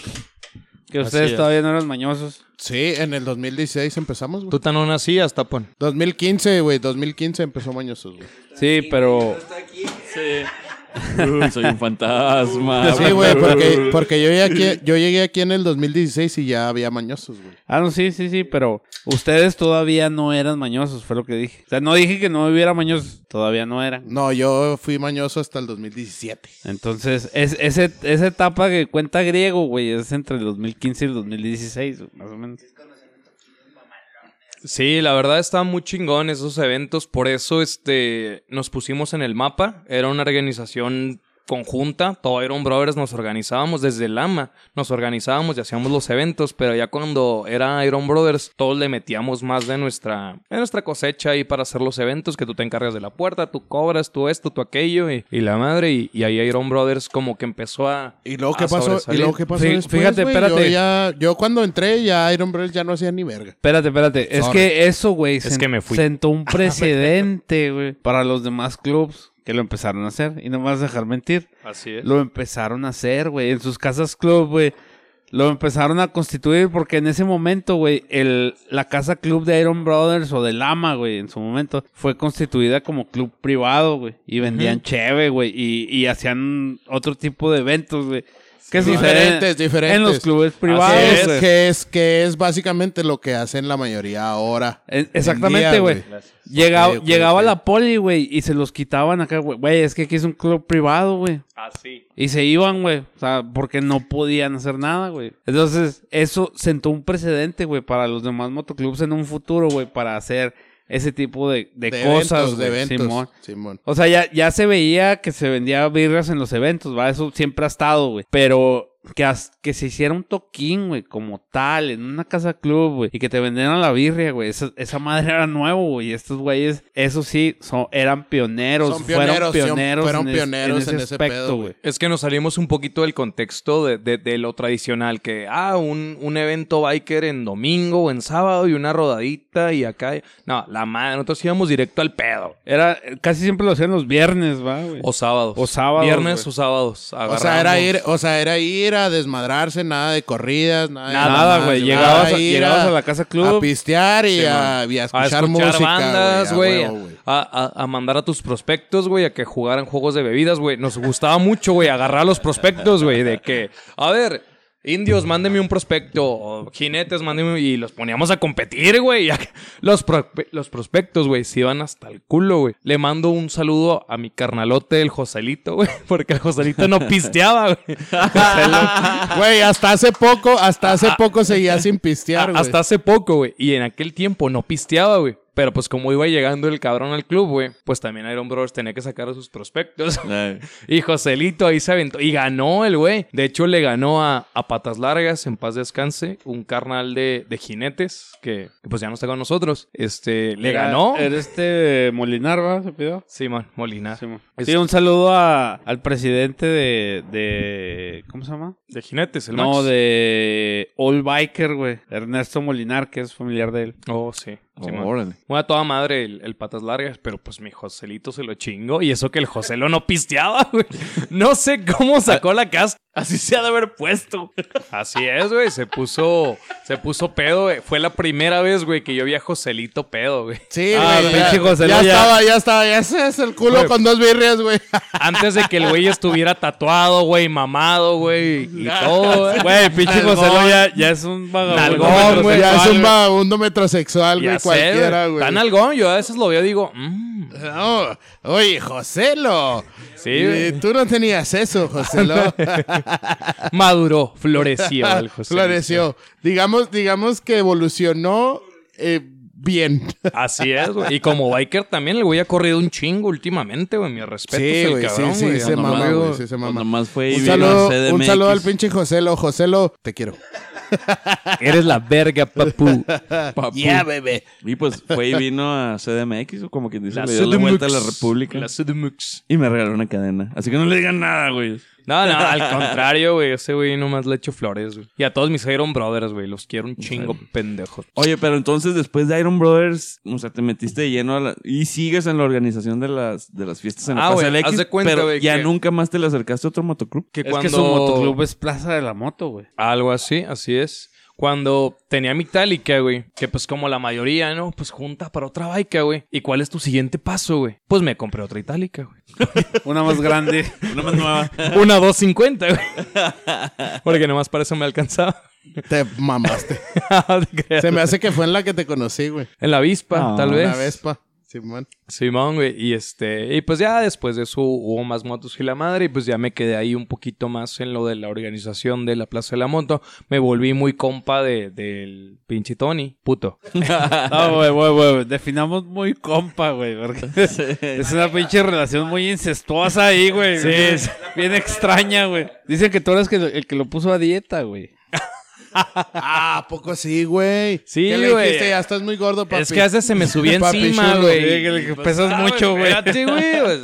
Que ustedes
es.
todavía no eran mañosos.
Sí, en el 2016 empezamos, güey.
Tú tan no nacías, Tapón.
2015, güey, 2015 empezó Mañosos, güey.
Sí, pero...
Uy, soy un fantasma.
Sí, güey, porque, porque yo, llegué aquí, yo llegué aquí en el 2016 y ya había Mañosos, güey.
Ah, no, sí, sí, sí, pero ustedes todavía no eran mañosos, fue lo que dije. O sea, no dije que no hubiera mañosos, todavía no eran.
No, yo fui Mañoso hasta el 2017.
Entonces, es, ese, esa etapa que cuenta griego, güey, es entre el 2015 y el 2016, güey, más o menos.
Sí, la verdad está muy chingón esos eventos. Por eso este, nos pusimos en el mapa. Era una organización conjunta. Todo Iron Brothers nos organizábamos desde el AMA. Nos organizábamos y hacíamos los eventos. Pero ya cuando era Iron Brothers, todos le metíamos más de nuestra, de nuestra cosecha ahí para hacer los eventos. Que tú te encargas de la puerta, tú cobras, tú esto, tú aquello y, y la madre. Y, y ahí Iron Brothers como que empezó a...
¿Y luego
a
qué pasó? ¿Y
sobresalir.
luego qué pasó
Fí-
después,
fíjate,
güey? Yo,
espérate.
ya- yo cuando entré ya Iron Brothers ya no hacía ni verga.
Espérate, espérate. Es
Sorry.
que eso, güey, sen-
que me fui.
sentó un precedente, güey, para los demás clubs que lo empezaron a hacer. Y no me vas a dejar mentir.
Así es.
Lo empezaron a hacer, güey, en sus casas club, güey. Lo empezaron a constituir porque en ese momento, güey, el- la casa club de Iron Brothers o de Lama, güey, en su momento, fue constituida como club privado, güey. Y vendían cheve, güey, y, y hacían otro tipo de eventos, güey. Que es diferente
diferentes, diferentes.
en los clubes
Es
privados, güey.
que es que es básicamente lo que hacen la mayoría ahora.
Eh,
en
Exactamente,
día,
güey. Llegaba,
Ok, ok,
llegaba
ok.
la poli, güey, y se los quitaban acá, güey. Güey, es que aquí es un club privado, güey.
Así.
Y se iban, güey. O sea, porque no podían hacer nada, güey. Entonces, eso sentó un precedente, güey, para los demás motoclubs en un futuro, güey, para hacer ese tipo de, de
De
cosas,
eventos, de
güey,
eventos.
Simón.
Simón.
O sea, ya, ya se veía que se vendía birras en los eventos, ¿va? Eso siempre ha estado, güey. Pero que, as- que se hiciera un toquín, güey, como tal, en una casa club, güey, y que te vendieran la birria, güey. Esa, esa madre era nuevo, güey. Y estos güeyes, eso sí, son, eran pioneros.
Son pioneros,
fueron
son-
pioneros.
fueron
en es-
pioneros
en ese,
en ese
aspecto,
pedo,
güey.
Es que nos salimos un poquito del contexto de, de- de lo tradicional, que, ah, un, un evento biker en domingo o en sábado y una rodadita y acá. No, la madre, nosotros íbamos directo al pedo.
Era, casi siempre lo hacían los viernes, va, güey.
O sábados.
O sábados,
Viernes
güey.
o sábados.
O sea, era
Agarrábamos-
ir, o sea, era ir a desmadrarse, nada de corridas, nada. de
Nada, güey.
era
Llegabas, a,
ir
llegabas a la casa
a
club.
pistear y, a, y a
A
escuchar,
escuchar
música,
bandas,
güey,
güey.
a
A,
huevo, güey.
a- a mandar a tus prospectos, güey, a que jugaran juegos de bebidas, güey. Nos gustaba mucho, güey, agarrar los prospectos, güey, de que, a ver, indios, mándeme un prospecto, o jinetes, mándeme, un- y los poníamos a competir, güey. y acá- Los, pro- los prospectos, güey, se iban hasta el culo, güey. Le mando un saludo a mi carnalote, el Joselito, güey, (laughs) porque el Joselito no pisteaba,
(laughs)
güey.
Güey, hasta hace poco, hasta hace poco seguía sin
(laughs)
pistear, güey.
Hasta hace poco, güey. Y en aquel tiempo no pisteaba, güey. Pero pues como iba llegando el cabrón al club, güey, pues también Iron Brothers tenía que sacar a sus prospectos. (laughs)
Ay.
y Joselito ahí se aventó. Y ganó el güey. De hecho, le ganó a, a Patas Largas, en paz descanse, un carnal de, de jinetes, que, que, pues ya no está con nosotros. Este, le
Era-
ganó.
Era este Molinar, va, se pidió.
Simón Molina.
Simón.
Es-
Sí, un saludo a- al presidente de, de- ¿Cómo se llama?
De jinetes, el
no,
Max.
de All Biker, güey. Ernesto Molinar, que es familiar de él.
Oh, sí. Simón.
Órale.
Bueno, a toda madre el, el patas largas, pero pues mi Joselito se lo chingó. Y eso que el Joselo no pisteaba, (laughs) güey. No sé cómo sacó la casa.
Así se ha de haber puesto.
Así es, güey. Se puso, se puso pedo, güey. Fue la primera vez, güey, que yo vi a Joselito pedo, güey.
Sí,
Ah,
güey.
pinche
ya,
José
ya
Loya.
estaba, ya estaba, ya se es el culo
Güey.
con dos birrias, güey.
Antes de que el güey estuviera tatuado, güey, mamado, güey,
(laughs)
y todo, güey.
Güey, pinche
Nalgón.
José Lo ya, ya es un vagabundo.
Nalgón,
güey.
Ya es
Homosexual,
un vagabundo metrosexual,
Ya
güey, cualquiera, güey.
Tan algón, yo a veces lo veo y digo, mmm.
No, oye, Joselo.
Sí, güey.
Eh, Tú no tenías eso, Joselo.
Maduró, floreció
(laughs)
el José.
Floreció. Digamos, digamos que evolucionó eh, bien. (laughs)
Así es, güey. Y como biker también, el güey ha corrido un chingo últimamente, güey. Mi respeto
Sí,
el
güey,
cabrón,
sí, sí,
güey.
se
No
mamó,
mames.
güey, sí, se
Cuando
mamó.
más fue y
Un
vino
saludo,
a CDMX.
un saludo al pinche Joselo. Joselo, te (laughs) quiero.
Eres la verga, papu.
Papu.
bebé.
Y pues fue y vino a CDMX, o como quien dice,
La
le dio la vuelta a la
CDMX.
República.
La CDMX.
Y me regaló una cadena. Así que no le digan nada, güey.
No, no, al contrario, güey. Ese güey nomás le echo flores, güey. Y a todos mis Iron Brothers, güey. Los quiero un chingo, pendejos.
Oye, pero entonces después de Iron Brothers, o sea, te metiste de lleno a la... Y sigues en la organización de las, de las fiestas en la
Ah,
Plaza
güey,
LX,
haz de cuenta,
pero
güey,
ya
que-
nunca más te le acercaste a otro motoclub.
Que
Es
cuando...
que su motoclub es Plaza de la Moto, güey.
Algo así, así es. Cuando tenía mi Itálica, güey, que pues como la mayoría, ¿no? Pues junta para otra bica, güey. ¿Y cuál es tu siguiente paso, güey? Pues me compré otra
(laughs)
itálica, güey.
Una más grande, (laughs) una más nueva.
Una 250, güey. (laughs) Porque nomás para eso me alcanzaba. (laughs)
Te mamaste.
Te creas.
Se me hace que fue en la que te conocí, güey.
en la avispa,
Ah,
tal
Una
vez.
Vespa. Simón.
Simón, güey. Y este, y pues ya después de eso hubo más motos y la madre. Y pues ya me quedé ahí un poquito más en lo de la organización de la Plaza de la Moto. Me volví muy compa de, del pinche Tony. Puto.
No, güey, güey, güey. Definamos muy compa, güey. Porque es una pinche relación muy incestuosa ahí, güey. Sí, es bien extraña, güey. Dicen que tú eres que- el que lo puso a dieta, güey.
Ah, ¿a poco sí, güey.
Sí,
¿Qué le
güey.
dijiste? Ya estás muy gordo, papi.
Es que hace se me
(laughs)
subía
Papi
encima,
chulo.
Sí,
güey. Pues, ah,
que le- que pesas mucho, güey.
Espérate, güey. pues,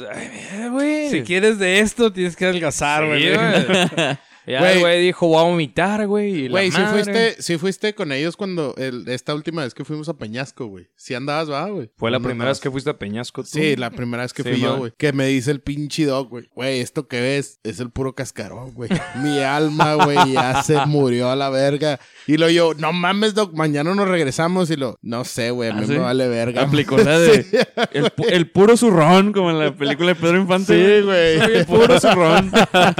(laughs)
ay, güey.
Si quieres de esto, tienes que adelgazar, güey.
Sí, güey. Ya
Güey.
el güey dijo, voy a vomitar, güey. y la
Güey, si
madre.
fuiste, si fuiste con ellos cuando el- esta última vez que fuimos a Peñasco, güey. Si andabas, va, güey.
Fue la
¿Dónde
primera vez
andabas?
que fuiste a Peñasco, tú.
Sí, la primera vez que
Sí,
fui yo,
man.
güey. Que me dice el pinche dog, güey. Güey, esto que ves es el puro cascarón, güey. Mi alma, güey, ya se murió a la verga. Y lo yo, no mames, doc, mañana nos regresamos. Y lo, no sé, güey, a
¿Ah,
mí
sí?
me vale
(laughs)
verga.
Aplicó la
(laughs)
de... El, pu- el puro zurrón, como en la película de Pedro Infante.
Sí, güey.
El puro zurrón.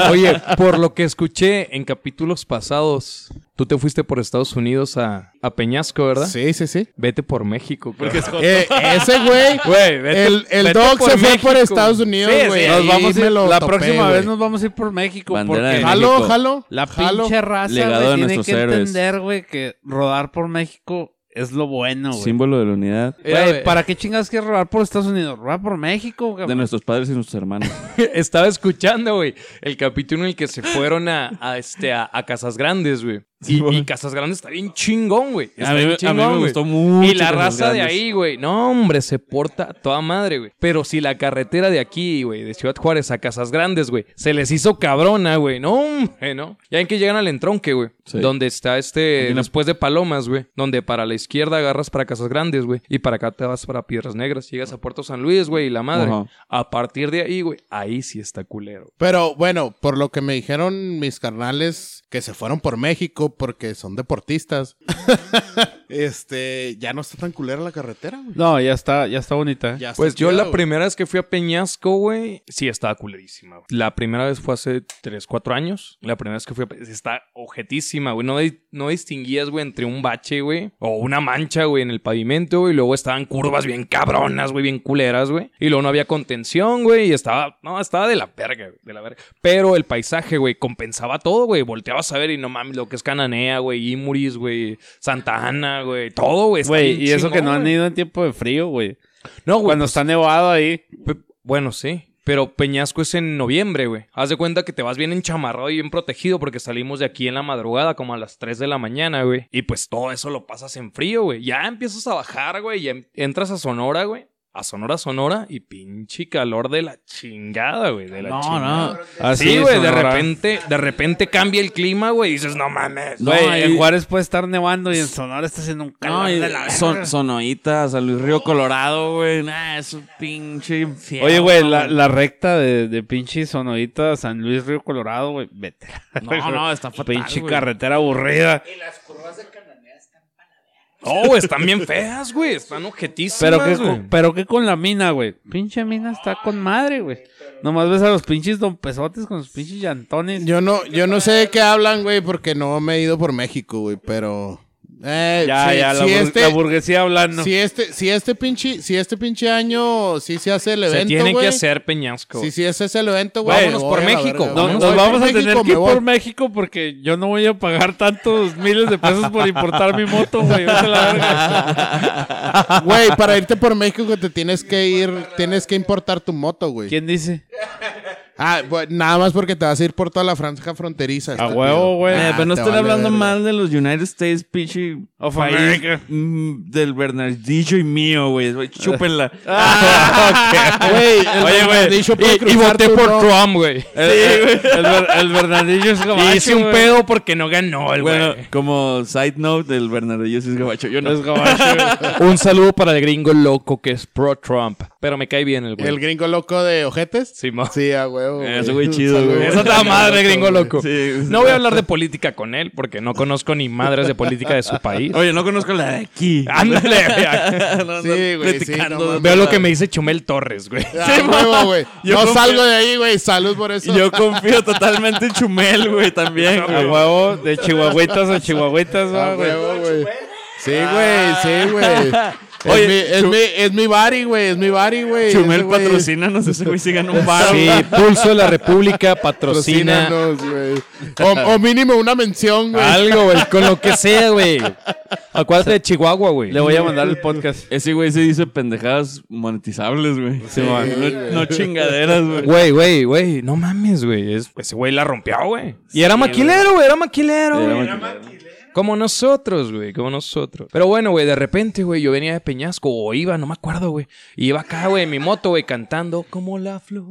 Oye, por lo que escuché en capítulos pasados, tú te fuiste por Estados Unidos a, a Peñasco, ¿verdad?
Sí, sí, sí.
Vete por México, porque es
Eh, ese güey,
(laughs) Güey, vete-
el, el
vete
dog
por
se fue
México.
por Estados Unidos,
Sí, sí,
güey.
Nos
Ahí
vamos a
me
ir-
lo
la
topé,
próxima vez
güey.
nos vamos a ir por México.
Bandera de
porque
México.
Jalo, jalo.
la
jalo.
pinche raza
Legado
güey,
de
tiene que
nuestros héroes.
entender, güey, que rodar por México es lo bueno, güey.
(laughs) Símbolo de la unidad
Güey,
Mira, güey. eh,
¿para qué chingas quieres rodar por Estados Unidos? Rodar por México,
de
cabrón.
nuestros padres y nuestros hermanos.
Estaba escuchando, güey, el capítulo en el que se fueron a, a, este, a, a Casas Grandes, güey.
Sí,
y,
güey.
y Casas Grandes está bien chingón, güey. (laughs) Está
A mí,
bien
me- a mí
chingón,
me
güey.
gustó mucho.
Y la
Casas
raza de
Grandes.
ahí, güey. No, hombre, se porta a toda madre, güey. Pero si la carretera de aquí, güey, de Ciudad Juárez a Casas Grandes, güey, se les hizo cabrona, güey. No, hombre, no. Ya ven que llegan al entronque, güey.
Sí.
Donde está este, después de Palomas, güey. Donde para la izquierda agarras para Casas Grandes, güey. Y para acá te vas para Piedras Negras. Llegas a Puerto San Luis, güey, y la madre.
Ajá.
A partir de ahí, güey, ahí sí está culero.
Pero bueno, por lo que me dijeron mis carnales que se fueron por México porque son deportistas. (laughs) este, ya no está tan culera la carretera, güey.
No, ya está, ya está bonita. ¿eh?
Ya está
Pues yo
chida,
la
güey.
primera vez que fui a Peñasco, güey, sí estaba culerísima. güey. La primera vez fue hace 3, 4 años. La primera vez que fui a Peñasco, está objetísima, güey. No, di- no distinguías, güey, entre un bache, güey, o una mancha, güey, en el pavimento, güey. Y luego estaban curvas bien cabronas, güey, bien culeras, güey. Y luego no había contención, güey, y estaba, no, estaba de la verga, güey, de la verga. Pero el paisaje, güey, compensaba todo, güey. Volteabas a ver y no mames, lo que es Cananea, güey, Imuris, güey, Santa Ana, güey, todo, güey. está
Güey,
bien
y eso que
chingón,
no han
güey.
ido en tiempo de frío, güey.
No, güey,
Cuando está nevado ahí.
Pe- Bueno, sí. Pero Peñasco es en noviembre, güey. Haz de cuenta que te vas bien enchamarrado y bien protegido porque salimos de aquí en la madrugada, como a las 3 de la mañana, güey. Y pues todo eso lo pasas en frío, güey. Ya empiezas a bajar, güey. Ya em- entras a Sonora, güey. A Sonora, Sonora. Y pinche calor de la chingada, güey. De la chingada.
Así,
Sí, güey. De
Sonora.
repente, de repente cambia el clima, güey. Y dices, no mames.
No,
Güey, eh,
ahí-
en Juárez puede estar nevando y en Sonora está haciendo un calor
No, y
de la
son,
verga.
Sonoita, San Luis
Oh.
Río Colorado, güey. Nah, es un pinche infierno.
Oye, güey, la, la recta de, de pinche Sonorita San Luis Río Colorado, güey, (laughs) vete.
No, no, está fatal,
Pinche
güey.
carretera aburrida.
Y las curvas de Cananea están para la verga.
(laughs) No, güey, están bien feas, güey. Están objetísimas,
Pero que,
güey.
con, pero que con la mina, güey. Pinche mina está con madre, güey. Nomás ves a los pinches don pesotes con sus pinches llantones.
Yo no, yo no sé de qué hablan, güey, porque no me he ido por México, güey, pero Eh,
Ya,
sí,
ya, la,
si
bur-
este,
la burguesía hablando.
si este, si este pinche, si este pinche año sí se hace el evento,
Se tiene
güey.
que hacer Peñasco.
Si sí ese es el evento, güey.
Vámonos
me
por
voy a la
México.
verga.
No,
Me
nos
voy
vamos a
México,
tener que
me
ir
voy.
por México porque yo no voy a pagar tantos miles de pesos por importar mi moto, güey. Vete a la verga. (laughs)
Güey, para irte por México te tienes que ir, tienes que importar tu moto, güey.
¿Quién dice?
Ah, bueno, nada más porque te vas a ir por toda la franja fronteriza.
A
estúpido.
huevo, güey.
Eh,
Ah,
pero no
te
estén
vale
hablando
verga.
mal de los United States, pinche.
Of
país,
America.
mm, del Bernardillo y mío, güey.
(laughs)
Chúpenla.
(laughs)
Güey, el
Oye, güey,
Bernardillo puede
Y
cruzar
voté
tu
por
no-
Trump, güey.
El, el Ber- el Bernardillo es gabacho.
Y hice un
güey.
pedo porque no ganó el
bueno,
güey.
como side note, el Bernardillo sí es gabacho. Yo no.
Es gabacho, güey.
(laughs) Un saludo para el gringo loco que es pro Trump. Pero me cae bien el güey.
El gringo loco de ojetes.
Simón.
Sí, a huevo. güey.
Ese güey
Un
chido,
saludo,
güey.
Esa es (laughs) la madre, gringo loco.
Sí,
No voy a hablar de política con él porque no conozco ni madres de política de su país. (laughs)
Oye, no conozco la de aquí. Ah,
Ándale, güey. (laughs)
No,
Ah, Sí,
no,
güey, sí,
criticando.
no mames.
Veo lo que me dice Chumel Torres, (laughs) güey.
A Ah, huevo, güey.
(laughs) Yo
Yo
confío-
salgo de ahí, güey. Salud por eso.
Yo confío totalmente en Chumel, güey,
(laughs)
también,
A
güey.
huevo, de chihuahuitas a chihuahuitas,
A
va, güey.
Ah, huevo, güey. Sí,
Ah.
güey,
(laughs)
sí, güey. Es, mi, es, mi, es mi body, güey. Es mi body, güey.
Chumel
Ese güey-
patrocínanos, ese güey sigan
(laughs)
un bar.
Sí, Pulso de la República patrocina
Patrocínanos, güey. O, o mínimo una mención, güey.
Ah.
algo, güey, con lo que sea, güey. Acuérdate de Chihuahua, güey.
Le voy a mandar el podcast.
Ese güey se dice pendejadas monetizables, güey.
man.
no, no chingaderas, güey.
Güey, güey, güey, no mames, güey. Es- Ese güey la rompió, güey. Y era maquilero, güey, era maquilero. güey. Como nosotros, güey, como nosotros. Pero bueno, güey, de repente, güey, yo venía de Peñasco, o iba, no me acuerdo, güey. Y iba acá, güey, en mi moto, güey, cantando como la flor.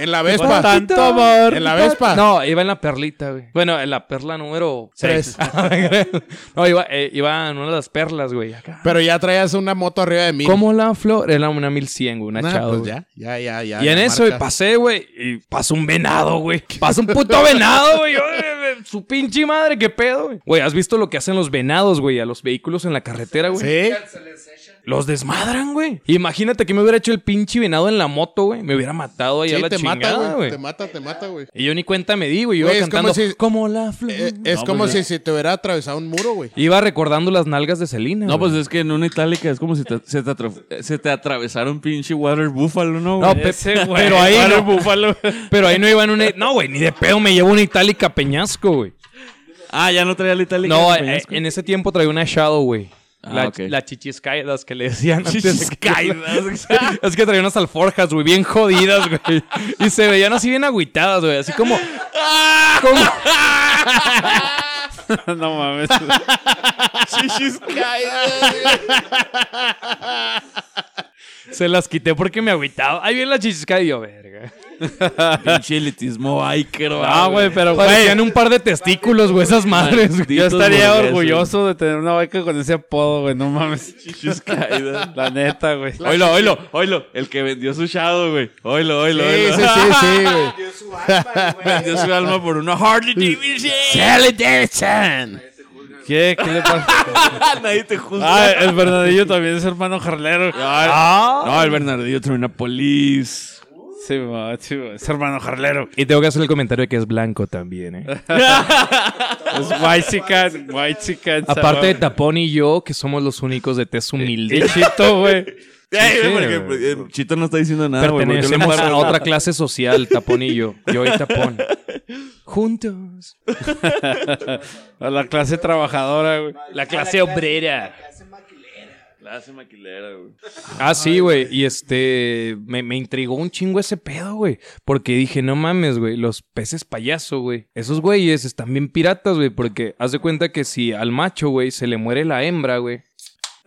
En la Vespa.
Tanto amor.
En la Vespa.
No, iba en la perlita, güey. Bueno, en la perla número 3. (laughs) no, iba, eh, iba en una de las perlas, güey, acá.
Pero ya traías una moto arriba de mí.
Como la flor, era una 1100, güey, una
Nah,
chava,
pues
güey.
ya, ya, ya, ya.
Y en
la
eso, güey,
marca.
pasé, güey, y pasó un venado, güey. Pasó un puto venado, güey. Yo, eh, eh, Su pinche madre, qué pedo, güey. Güey, ¿has visto lo que hacen los venados, güey, a los vehículos en la carretera, güey?
Sí.
Los desmadran, güey. Imagínate que me hubiera hecho el pinche venado en la moto, güey. Me hubiera matado ahí a
Sí,
la
te mata,
chingada,
güey.
güey.
Te mata, te mata, güey.
Y yo ni cuenta me di, güey. Yo
Güey,
iba
es como
cantando como,
si-
la flor.
Eh, es como si, si te hubiera atravesado un muro, güey.
Iba recordando las nalgas de Selena.
No,
güey.
pues es que en una itálica es como si te, se, te atra- se te atravesara un pinche water buffalo, ¿no? güey?
No, pe-
(laughs)
pero ahí no. (laughs) Pero ahí no iba en una... No, güey, ni de pedo me llevo una itálica peñasco, güey.
ah, ya no traía la itálica.
No,
de
eh,
peñasco. (laughs)
en ese tiempo traía una Shadow, güey.
Ah,
la,
ok.
la chichiscaidas que le decían antes.
Chichiscaidas.
es que traía unas alforjas, güey, bien jodidas, güey. Y se veían así bien agüitadas, güey. Así como. como
No mames.
se las quité porque me agüitaba. Ahí viene la chichiscaidas y yo, verga.
pinche elitismo biker, Pues,
Ah, güey, pero parecían un par de testículos, güey, esas madres, güey.
Yo estaría
burgueses.
orgulloso de tener una bike con ese apodo, güey. No mames.
Caída.
La neta, güey.
Oilo, oilo, oilo. El que vendió su shadow, güey. Oilo, oilo,
Sí,
oilo.
sí, sí, sí, güey.
Dio su alma, güey.
Vendió su alma por una Harley Davidson.
Sally Davidson.
¿Qué? ¿Qué le pasa?
(laughs) Nadie te juzga. Ah.
Ah, el Bernardillo también es hermano jarlero.
No, el Bernardillo trae una police.
Sí, ma, sí, ma, es hermano jarlero.
Y tengo que hacer el comentario de que es blanco también, (laughs) eh.
Es Whitezican, Whitezican.
Aparte de Tapón y yo, que somos los únicos de tez humilde.
Chito, güey.
Ey,
sí,
porque,
güey.
eh, Chito no está diciendo nada, güey. porque le
Pertenecemos
embarra-
a otra clase social, Tapón y yo. Yo y
(laughs)
Tapón. Juntos.
A la clase trabajadora, güey.
La clase obrera.
Hace maquilera.
Clase maquilera, güey.
Ah, sí, güey. Y este, me, me intrigó un chingo ese pedo, güey. Porque dije, no mames, güey, los peces payaso, güey. Esos güeyes están bien piratas, güey. Porque haz de cuenta que si al macho, güey, se le muere la hembra, güey.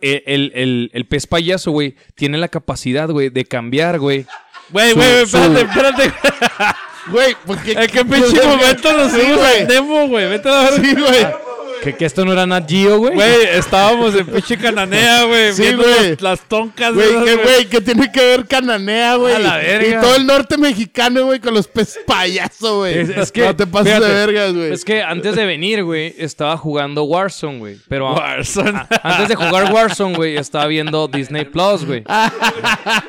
eh, El, el- el pez payaso, güey, tiene la capacidad, güey, de cambiar, güey.
Güey,
Su-
güey,
su-
espérate, espérate.
(laughs) Güey, porque.
¿En qué pinche momento nos
Sí,
fuimos
güey.
al Nemo, güey? Vete a ver.
Sí, güey.
Ah, Que, que esto no era Nat Geo, güey.
Güey, estábamos en pinche cananea, güey.
Sí,
viendo
güey.
las- las toncas.
Güey,
esas,
que, güey, que tiene que ver Cananea, güey.
A la verga.
Y todo el norte mexicano, güey, con los peces payaso, güey.
Es, es que.
(laughs) No te pases
fíjate,
de vergas, güey.
Es que antes de venir, güey, estaba jugando Warzone, güey. Pero. Warzone. antes de jugar Warzone, güey, estaba viendo Disney Plus, güey.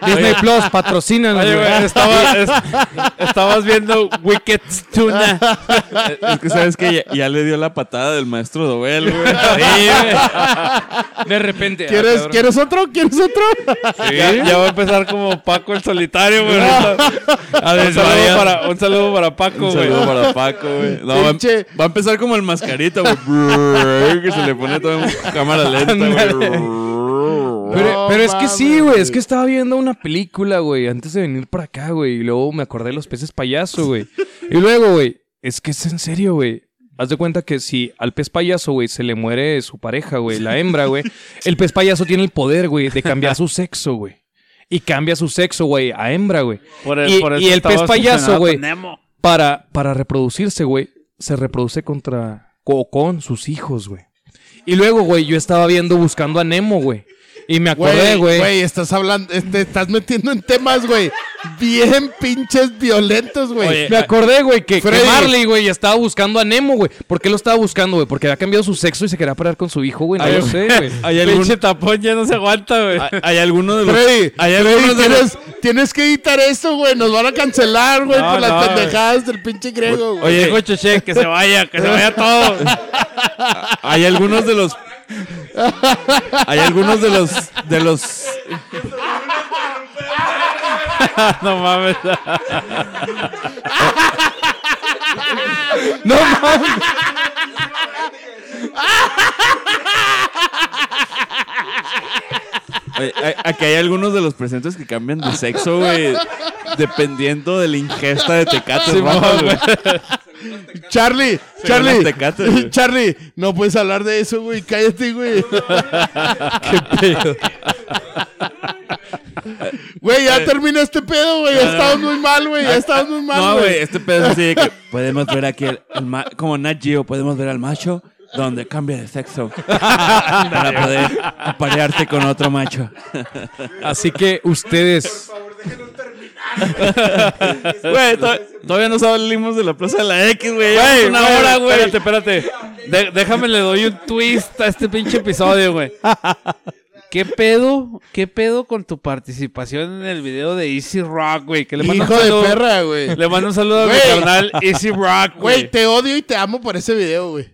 Disney Plus, patrocinan,
Oye, güey,
güey.
estaba- es- estabas viendo Wicked Tuna.
Es que sabes que ya, ya le dio la patada del maestro Alejandro Dobel, güey.
Sí, güey. De repente. ah,
¿Quieres,
cabrón.
¿Quieres otro? ¿Quieres otro?
Ya, ya va a empezar como Paco el solitario, (laughs) güey. ahorita.
A
Un saludo para, un saludo para Paco,
Un
güey.
saludo para Paco,
(laughs)
güey. No, va,
Pinche.
va a empezar como el mascarita, güey. Brrr, que se le pone todo en cámara lenta, güey.
Pero,
No
pero es que sí,
mames,
güey. Es que estaba viendo una película, güey, antes de venir para acá, güey. Y luego me acordé de los peces payaso, güey. Y luego, güey, es que es en serio, güey. Haz de cuenta que si al pez payaso, güey, se le muere su pareja, güey, la
(laughs)
hembra, güey, el pez payaso tiene el poder, güey, de cambiar su sexo, güey. Y cambia su sexo, güey, a hembra, güey.
Por el-
Y-
por eso
y el
estaba
pez payaso,
obsesionado
güey.
con Nemo.
Para, para reproducirse, güey, se reproduce contra o con sus hijos, güey. Y luego, güey, yo estaba viendo buscando a Nemo, güey. Y me acordé,
Güey,
güey.
güey, estás hablando, te estás metiendo en temas, güey, bien pinches violentos, güey.
Me acordé, güey, que, que
Freddy.
Marley, güey, estaba buscando a Nemo, güey. ¿Por qué lo estaba buscando, güey? Porque había cambiado su sexo y se quería parar con su hijo, güey. No
Ay,
lo sé, güey.
¿Hay,
Pinche
algún,
tapón ya no se aguanta, güey.
hay- hay alguno de los...
Freddy,
hay
Freddy,
algunos de los...
tienes, tienes que editar eso, güey, nos van a cancelar, güey,
No,
por
no,
las
güey.
pendejadas del pinche griego, güey.
Oye, Cheche, que se vaya, que se vaya todo.
Hay algunos de los... Hay algunos de los... De los... (laughs)
No mames.
Ay, ay, Aquí hay algunos de los presentes que cambian de sexo, güey. Dependiendo de la ingesta de tecate rojas, güey.
Charlie,
las
Charlie,
tecates, güey.
(laughs) Charlie, no puedes hablar de eso, güey, cállate, güey. Güey, ya termina este pedo, güey, ya estamos muy mal, güey, ya estamos muy
Ah, No,
mal,
güey,
güey.
este pedo es así de que podemos ver aquí, el, el ma- como Nat Geo, podemos ver al macho donde cambia de (laughs) sexo para poder aparearse con otro macho.
Así que ustedes.
Güey, to- todavía no salimos de la Plaza de la X, güey.
Güey,
Llevamos una
güey,
hora, güey.
Espérate, espérate. De- déjame le doy un twist a este pinche episodio, güey. ¿Qué pedo? ¿Qué pedo con tu participación en el video de Easy Rock, güey? Que le mando un
Hijo de
saludo-
perra, güey.
Le mando un saludo a mi
Güey.
carnal Easy Rock,
Güey,
güey.
te odio y te amo por ese video, güey.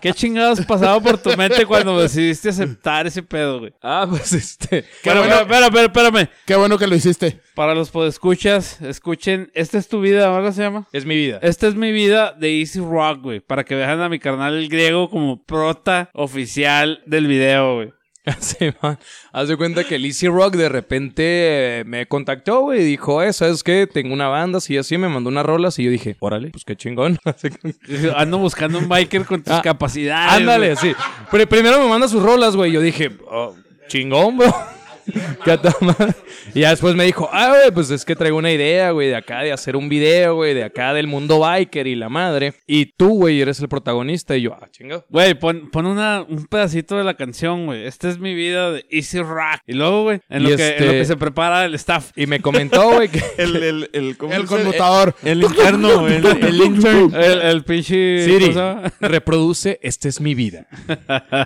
¿Qué chingados pasaba por tu mente cuando decidiste aceptar ese pedo, güey?
Ah, pues este.
Pero,
bueno.
espera, espera, espérame.
Qué bueno que lo hiciste.
Para los podescuchas, escuchen. Esta es tu vida, ¿verdad se llama?
Es mi vida.
Esta es mi vida de Easy Rock, güey. Para que vean a mi carnal el griego como prota oficial del video, güey.
(laughs) Sí, man. Haz de cuenta que el Easy Rock de repente eh, me contactó, güey, y dijo, eh, ¿sabes qué? Tengo una banda, así así, me mandó unas rolas y yo dije, órale, pues qué chingón. (laughs) Así que-
Ando buscando un biker con tus
Ah,
capacidades.
Ándale,
güey.
sí. Pero primero me manda sus rolas, güey. Yo dije, oh, chingón, bro. (laughs) ¿Qué a toda madre. y ya después me dijo, ah, güey, pues es que traigo una idea, güey, de acá, de hacer un video, güey, de acá del mundo biker y la madre. Y tú, güey, eres el protagonista. Y yo, ah, chingado.
Güey, pon, pon una, un pedacito de la canción, güey. Esta es mi vida de Easy Rock. Y luego, güey, en,
Y
lo que- en lo
este-
que se prepara el staff.
Y me comentó, güey, que...
El, el, el, ¿cómo
El
se dice?
conmutador.
El, interno, güey, el, el intern.
El, el pinche...
Siri,
¿cómo se
(laughs)
llama? (laughs)
reproduce Esta es mi vida.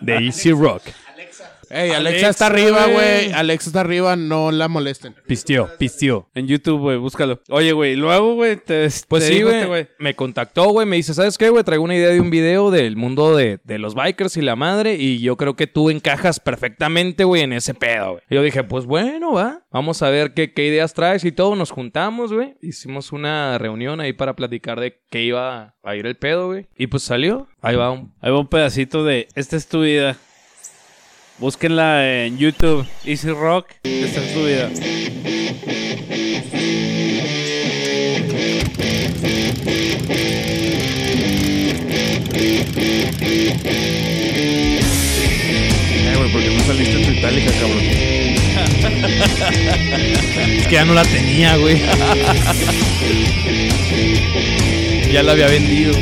De Easy Rock.
Ey, Alexa,
Alexa,
está arriba,
güey. Ah,
güey. Alexa está arriba, no la molesten.
Pistió, pistió.
En YouTube, güey, búscalo. Oye, güey, luego, güey, te...
Pues
te
sí,
digo
güey.
este
me contactó, güey. Me dice, ¿sabes qué, güey? Traigo una idea de un video del mundo de, de los bikers y la madre. Y yo creo que tú encajas perfectamente, güey, en ese pedo, güey. Y Yo dije, pues bueno, va. Vamos a ver qué, qué ideas traes y todo. Nos juntamos, güey. Hicimos una reunión ahí para platicar de qué iba a ir el pedo, güey. Y pues salió. Ahí va un...
Ahí va un pedacito de Esta es tu vida. Búsquenla en YouTube, Easy Rock, Esta es tu vida.
Eh, güey, porque no saliste en tu itálica, cabrón.
Es que ya no la tenía, güey. (laughs) ya la había vendido.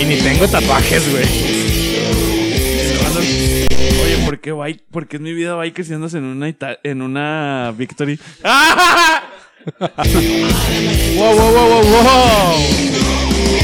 Y ni tengo tatuajes, güey.
Oye, ¿por qué, bike, ¿por qué es mi vida bike si andas en una, ita- en una (laughs) Victory?
Wow, wow, wow, wow, wow.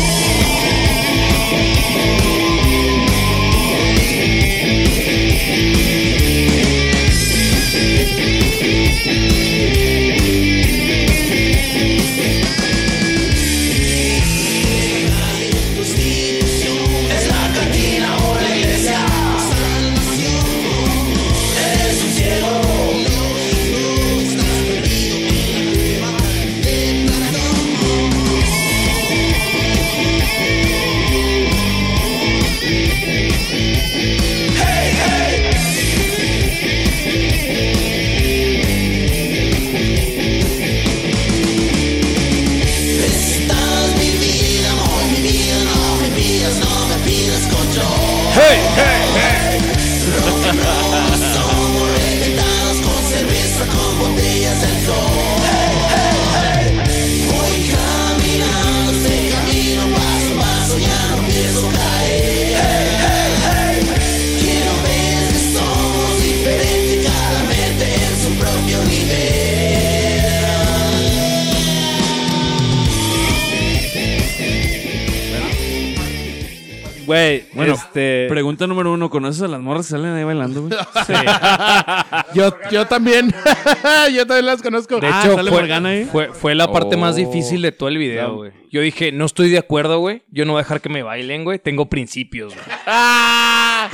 Güey,
Bueno,
este.
Pregunta número uno, ¿conoces a las morras que salen ahí bailando, güey?
(laughs) Ah,
Yo, yo también. (laughs) yo también las conozco.
De
Ah,
hecho,
sale
fue,
Morgana ahí.
fue, fue la parte más
Oh.
difícil de todo el video, güey. Yo dije, ¿eh? no estoy de acuerdo, güey. Yo no voy a dejar que me bailen, güey. Tengo principios, güey. (laughs)
Ah,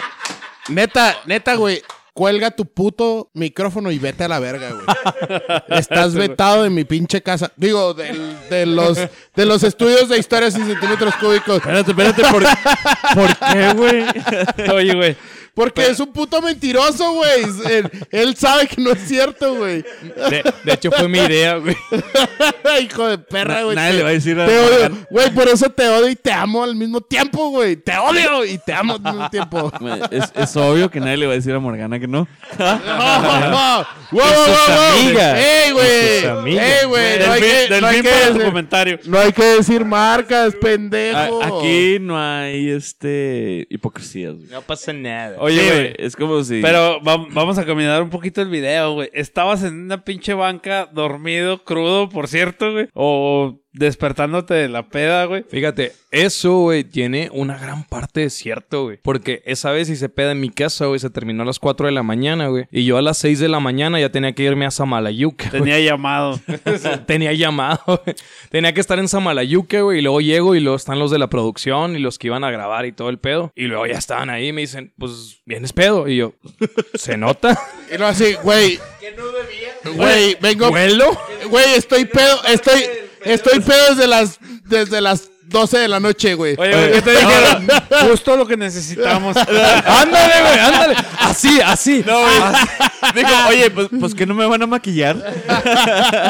neta, neta, güey. Cuelga tu puto micrófono y vete a la verga, güey. Estás vetado de mi pinche casa. Digo, del- de los, de los estudios de historias sin centímetros cúbicos.
Espérate, espérate, ¿por, ¿por qué, güey?
Oye, güey.
Porque es un puto mentiroso, güey. Él, él sabe que no es cierto, güey. (laughs)
De, de hecho, fue mi idea, güey.
Hijo de perra, güey.
Nadie
te-
le va a decir a
Te odio. Güey, por eso te odio y te amo al mismo tiempo, güey. Te odio y te amo al mismo tiempo.
Güey, Es, es obvio que nadie le va a decir a Morgana que no.
(laughs) ¡Wow, wow, wow!
amigas.
¡Ey,
sus
güey!
amigas.
¡Ey, güey! No hay
Del
que,
fin-
no
del
hay
fin
que
para su
decir-
comentario.
no hay que decir marcas,
A-
pendejo.
Ah, aquí no hay, este, hipocresías, güey.
No pasa nada.
Sí,
Oye,
güey,
güey.
es como si...
Pero va- vamos a caminar un poquito el video, güey. Estabas en una pinche banca, dormido, crudo, por cierto, güey. O despertándote de la peda, güey.
Fíjate, eso, güey, tiene una gran parte de cierto, güey. Porque esa vez hice peda en mi casa, güey, se terminó a las 4 de la mañana, güey. Y yo a las 6 de la mañana ya tenía que irme a Samalayuca. güey. (laughs)
Tenía (laughs) llamado.
Tenía llamado, güey. Tenía que estar en Samalayuca, güey. Y luego llego y luego están los de la producción y los que iban a grabar y todo el pedo. Y luego ya estaban ahí y me dicen, pues, vienes pedo. Y yo, ¿se nota?
Y no así, güey. Güey, vengo.
¿Vuelo?
Güey, estoy pedo. Estoy, estoy pedo desde las, desde las 12 de la noche, güey.
Oye, güey, ¿qué te
(laughs)
dijeron? Justo lo que (laughs) necesitamos.
ándale, güey, ándale. Así, así.
(laughs) Digo, oye, pues, pues que no me van a maquillar.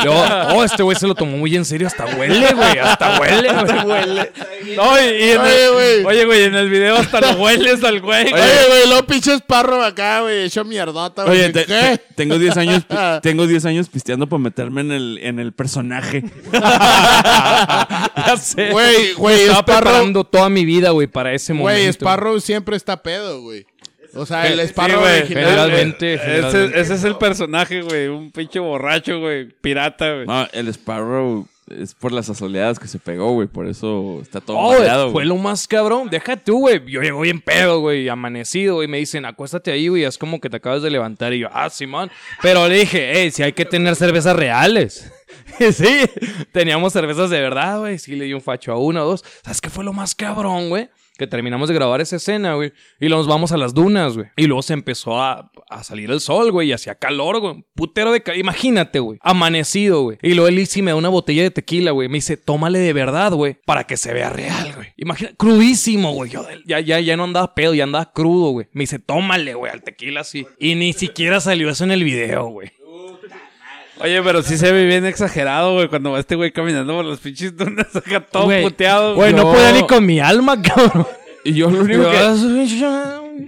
Luego, oh, este güey se lo tomó muy en serio. Hasta huele, güey. Hasta huele, güey.
No, y, y en
Oye,
el-
güey.
oye, güey, en el video hasta lo hueles al güey.
Oye, güey, lo pinche esparro acá, güey. Hecho mierdota, güey.
Oye, te-
¿Qué?
te- tengo 10 años, pi- tengo 10 años pisteando para meterme en el, en el personaje.
(laughs) Ya sé.
Güey, güey,
Estaba
esparro.
preparando toda mi vida, güey, para ese momento.
Güey, esparro siempre está pedo, güey. O sea, el esparro
güey,
original.
Generalmente,
Ese,
generalmente.
ese es el personaje, güey. Un pinche borracho, güey. Pirata, güey.
No, el Sparrow es por las asoleadas que se pegó, güey. Por eso está todo
Oh,
mareado,
fue
güey.
lo más cabrón. Deja tú, güey. Yo llego bien pedo, güey, amanecido, güey. Me dicen, acuéstate ahí, güey. Es como que te acabas de levantar. Y yo, ah, Simón. Pero le dije, hey, si hay que tener cervezas reales. (laughs) Y sí, teníamos cervezas de verdad, güey. Sí, le di un facho a uno o dos. ¿Sabes qué fue lo más cabrón, güey? Que terminamos de grabar esa escena, güey. Y luego nos vamos a las dunas, güey. Y luego se empezó a, a salir el sol, güey. Y hacía calor, güey. Un Putero de calor. Imagínate, güey. Amanecido, güey. Y luego el Izzy me da una botella de tequila, güey. Me dice, tómale de verdad, güey. Para que se vea real, güey. Imagínate, crudísimo, güey. Yo del- ya, ya, ya no andaba pedo, ya andaba crudo, güey. Me dice, tómale, güey, al tequila así. Y ni siquiera salió eso en el video, güey.
Oye, pero sí se ve bien exagerado, güey. Cuando va este güey caminando por las pinches dunas (laughs) acá todo
Güey,
puteado.
Güey, no
Yo-
podía ni con mi alma, (laughs) cabrón.
Y yo "Ah, lo único que...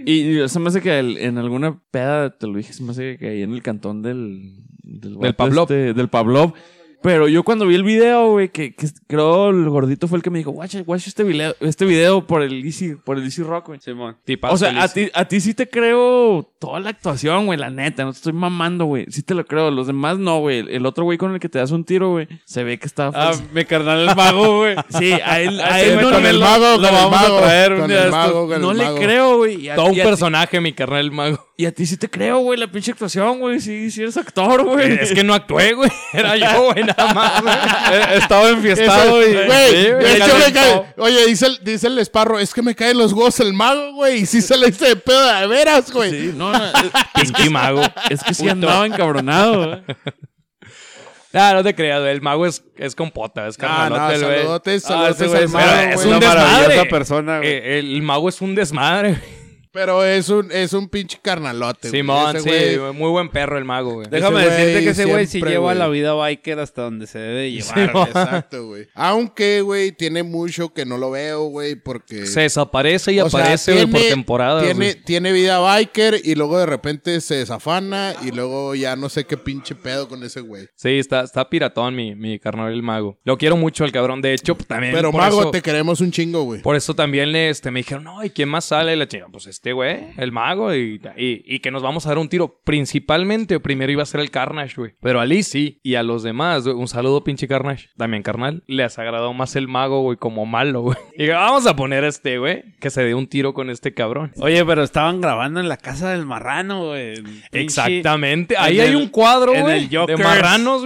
que.
Y, y se me hace que el- en alguna peda, te lo dije, se me hace que ahí en el cantón del... Del, vato
Pavlov.
este, del Pavlov. Pero yo cuando vi el video, güey, que, que creo el gordito fue el que me dijo, watch, watch este video, este video por el Easy, por el Easy Rock, güey.
Simón.
O sea, a ti, a ti sí te creo toda la actuación, güey, la neta. No te estoy mamando, güey. Sí te lo creo. Los demás no, güey. El otro güey con el que te das un tiro, güey, se ve que está...
Ah, mi carnal el mago, güey.
(laughs)
(laughs)
sí, a él, a
Así,
él
güey,
no,
con
le-
el mago,
lo
con el
vamos a
mago.
traer un
con
día de
el
estos.
mago, con
no
el
le
mago.
creo, güey. Y a-
Todo un
y a ti-
personaje, mi carnal el mago.
Y a ti sí te creo, güey, la pinche actuación, güey. Sí, sí eres actor, güey.
Es
(laughs)
que no actué, güey. (laughs)
(laughs)
Era yo, güey, nada más.
Eh, Estaba enfiestado
Eso-
y.
Güey,
Sí,
de
güey,
hecho me
calentó.
cae. Oye, dice el, dice el esparro, es que me caen los huevos el mago, güey. Y sí se le hice de pedo de veras, güey.
Sí, no, no, es,
Pinky mago.
es que sí andaba
(laughs)
encabronado, güey.
Ah, no te creas, güey. El mago es, es compota, es
Ah, no,
carnalote, el güey.
saludotes,
Ah, ese
saludotes
güey
al
es-
mago,
pero es
güey.
una
un desmadre.
maravillosa persona, güey.
Eh, el, mago es un desmadre, güey.
Pero es un, es un pinche carnalote, güey.
Simón,
Ese
sí,
güey-
güey, muy buen perro el mago, güey.
Déjame
ese
decirte
güey
que ese güey sí
siempre,
lleva
güey.
la vida biker hasta donde se debe llevar.
Sí,
güey.
mo.
Exacto, güey. Aunque, güey, tiene mucho que no lo veo, güey, porque...
Se desaparece y
o sea,
aparece, güey, por
tiene-
temporada.
Tiene, tiene vida biker y luego de repente se desafana y luego ya no sé qué pinche pedo con ese güey.
Sí, está, está piratón mi, mi carnal el mago. Lo quiero mucho al cabrón. De hecho, también
Pero,
por
mago,
eso-
te queremos un chingo, güey.
Por eso también este, me dijeron, no, ¿y quién más sale? Y la chingada, pues este este güey, el mago, y, y- y que nos vamos a dar un tiro. Principalmente, primero iba a ser el Carnage, güey. Pero a Lee sí, y a los demás, güey. Un saludo, pinche Carnage. También, carnal, les agradó más el mago, güey, como malo, güey. (laughs) Y dije, vamos a poner a este, güey, que se dé un tiro con este cabrón.
Oye, pero estaban grabando en la casa del marrano, güey. Pinche-
Exactamente.
en
Ahí hay
el-
un cuadro,
en
güey,
el Jokers.
de marranos,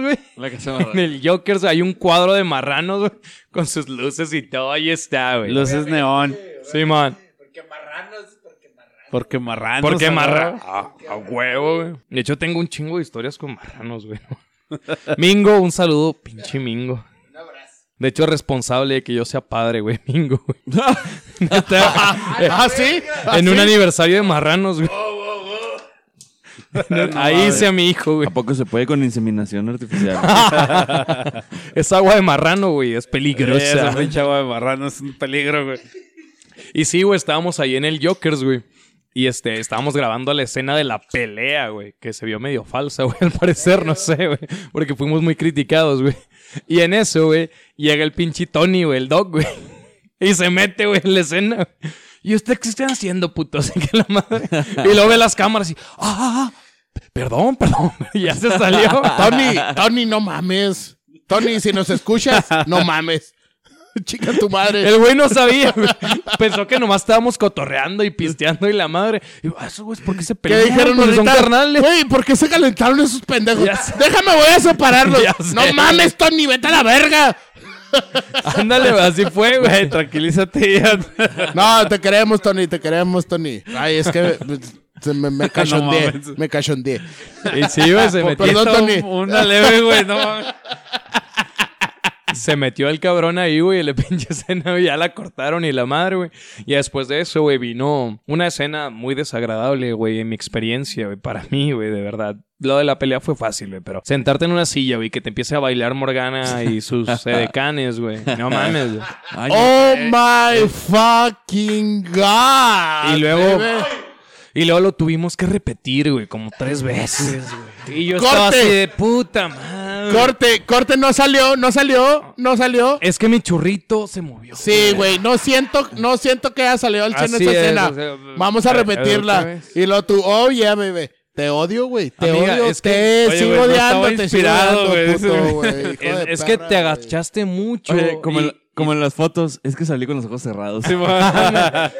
(laughs)
güey.
La casa
En el Jokers hay un cuadro de marranos, güey, con sus luces y todo. Ahí está, güey.
Luces neón.
Simón.
Porque
Porque marranos, porque marranos.
marrano.
Porque
¿sabes?
marranos. A, Ah, a huevo, güey. De hecho, tengo un chingo de historias con marranos, güey. (laughs) Mingo, un saludo, pinche Mingo.
Un abrazo.
De hecho, responsable de que yo sea padre, güey, Mingo, güey.
(laughs)
(laughs)
Ah, sí.
en un aniversario de marranos, güey. Ahí hice a mi hijo, güey.
¿A poco se puede con inseminación (laughs) artificial?
Es agua de marrano, güey. Es
Sí,
peligrosa.
esa pinche agua de marrano es un peligro, (laughs) güey.
Y sí, güey, estábamos ahí en el Jokers, güey. Y este, estábamos grabando la escena de la pelea, güey, que se vio medio falsa, (laughs) güey, al parecer, no sé, güey, porque fuimos muy criticados, güey. Y en eso, güey, llega el pinche Tony, güey, el Doc, güey, (laughs) y se mete, güey, en la escena. güey. ¿Y usted qué están haciendo, puto? (laughs) Así que la madre. Y luego ve las cámaras y, ah, ah, ah, perdón, perdón, (laughs) y ya se salió.
Tony, Tony, no mames. Tony, si nos escuchas, no
(laughs)
mames. Chica tu madre.
El güey no sabía, güey. Pensó que nomás estábamos cotorreando y pisteando y la madre. Y yo, "Ah, esos güeyes, ¿por qué se
¿Qué
pelean?
dijeron
Pues son
ahorita?
carnales.
Güey, ¿por qué se calentaron esos pendejos?
Ya sé.
Déjame, voy a separarlos.
Ya sé.
No mames, Tony, vete a la verga.
Ándale, güey, así fue,
Güey,
güey.
tranquilízate ya.
No, te queremos, Tony, te queremos, Tony. Ay, es que se me,
(laughs)
me cachondeé,
mames.
me cachondeé.
Y sí, güey, se metió,
Ah, Perdón, Tony.
Una leve, güey, no mames.
se metió el cabrón ahí, güey, y le (laughs) pinche escena, güey, ya la cortaron y la madre, güey. Y después de eso, güey, vino una escena muy desagradable, güey, en mi experiencia, güey, para mí, güey, de verdad. Lo de la pelea fue fácil, güey, pero sentarte en una silla, güey, que te empiece a bailar Morgana y
(laughs)
sus edecanes, güey. No mames, güey.
Ay,
Oh my fucking god.
Y luego-
bebé.
Y luego lo tuvimos que repetir, güey, como tres veces, güey. Y yo estaba
¡Corte!
así de puta madre.
corte, corte no salió, no salió, no salió.
Es que mi churrito se movió.
Sí, güey, no siento, no siento que haya salido al cien
Eh, Así
esta
es,
escena.
o sea,
Vamos a
eh, otra
repetirla.
vez.
Y lo tú, oh yeah, bebé. Te odio, güey. Te
Amiga,
odio.
es que-
te
oye,
sigo
güey, no estaba
odiando, te sigo
inspirado,
odiando,
güey,
puto,
ese-
güey. hijo
(laughs) Es,
de
es que
perra,
te
güey.
agachaste mucho.
Oye, como,
y-
en la- como en las fotos, es que salí con los ojos cerrados.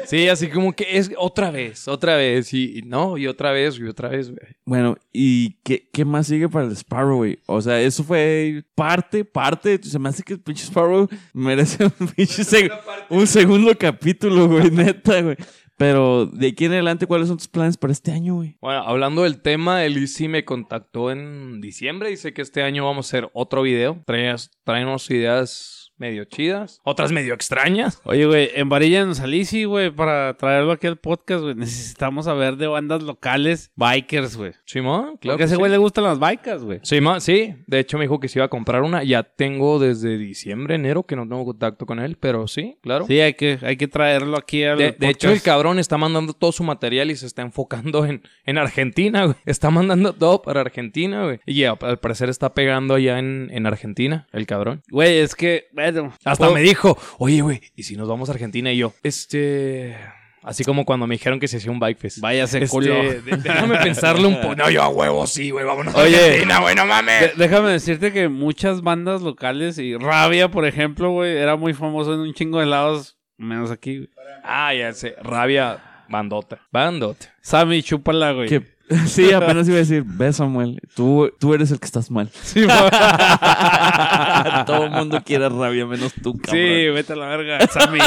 (laughs) Sí, así como que es otra vez, otra vez. Y, y no, y otra vez, y otra vez, güey.
Bueno, ¿y qué, qué más sigue para el Sparrow, güey? O sea, eso fue parte, parte. Se me hace que el pinche Sparrow merece un (laughs) pinche seg- un segundo capítulo, güey, neta, güey. Pero de aquí en adelante, ¿cuáles son tus planes para este año, güey?
Bueno, hablando del tema, el ICI me contactó en diciembre. Dice que este año vamos a hacer otro video. Trae, trae unas ideas medio chidas, otras medio extrañas.
Oye, güey, en Varilla nos Alici, güey, para traerlo aquí al podcast, güey. Necesitamos saber de bandas locales, bikers, güey.
Simón,
Porque
claro.
a
que
ese
sí.
güey le gustan las bikers, güey.
Simón, sí, de hecho me dijo que se iba a comprar una. Ya tengo desde diciembre, enero, que no tengo contacto con él, pero sí, claro.
Sí, hay que, hay que traerlo aquí al
De, de
podcast.
hecho, el cabrón está mandando todo su material y se está enfocando en, en Argentina, güey. (laughs) Está mandando todo para Argentina, güey. Y a- al parecer está pegando allá en, en Argentina, el cabrón.
Güey, es que, bueno.
Hasta
puedo-
me dijo, oye, güey, ¿y si nos vamos a Argentina? Y yo, este... Así como cuando me dijeron que se hacía un bike fest.
Váyase,
Este,
culo.
de- déjame pensarlo un poco. No, yo a huevo, sí, güey, vámonos a
Oye.
Argentina, güey, no mames.
De- déjame decirte que muchas bandas locales y Rabia, por ejemplo, güey, era muy famoso en un chingo de lados, menos aquí, güey.
Ah, ya sé. Rabia, bandota. Bandota.
Sammy, chúpala, güey.
Que- (laughs) sí, apenas iba a decir, ve Samuel, tú, tú eres el que estás mal.
(laughs) Sí, güey.
(laughs) Todo el mundo quiere rabia, menos tú, cabrón.
Sí, vete a la verga, Sammy.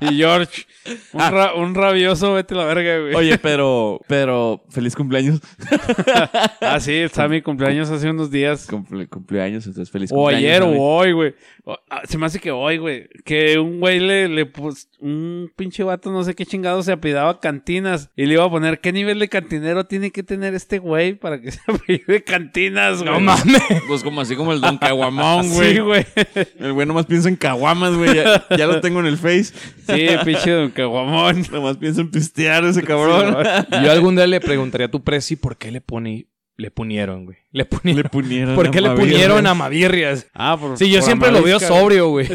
y George. Un, ra- un rabioso, vete a la verga, güey.
Oye, pero, pero, feliz cumpleaños.
Ah, sí, el Sammy cumpleaños hace unos días.
Cumple- cumpleaños, entonces feliz
O
cumpleaños.
ayer o
David.
hoy, güey. O- ah, Se me hace que hoy, güey. Que un güey le, le pus- un pinche vato, no sé qué chingado, se apidaba cantinas. Y le iba a poner, ¿qué nivel de cantinero tiene que tener este güey para que (laughs) se apellide cantinas, güey?
No mames.
Pues como así como el Don (laughs) Caguamón, güey.
Sí, güey.
El güey nomás piensa en caguamas, güey. Ya, ya lo tengo en el face.
Sí, pinche don Caguamón.
Nomás piensa en pistear ese cabrón.
(laughs) Yo algún día le preguntaría a tu presi por qué le pone, le punieron, güey. Le
le
punieron.
punieron.
¿Por qué le
amabillas,
punieron
güey.
a Mavirrias?
Ah, por
Sí, yo
por
siempre lo veo
Amavisca, güey.
sobrio, güey.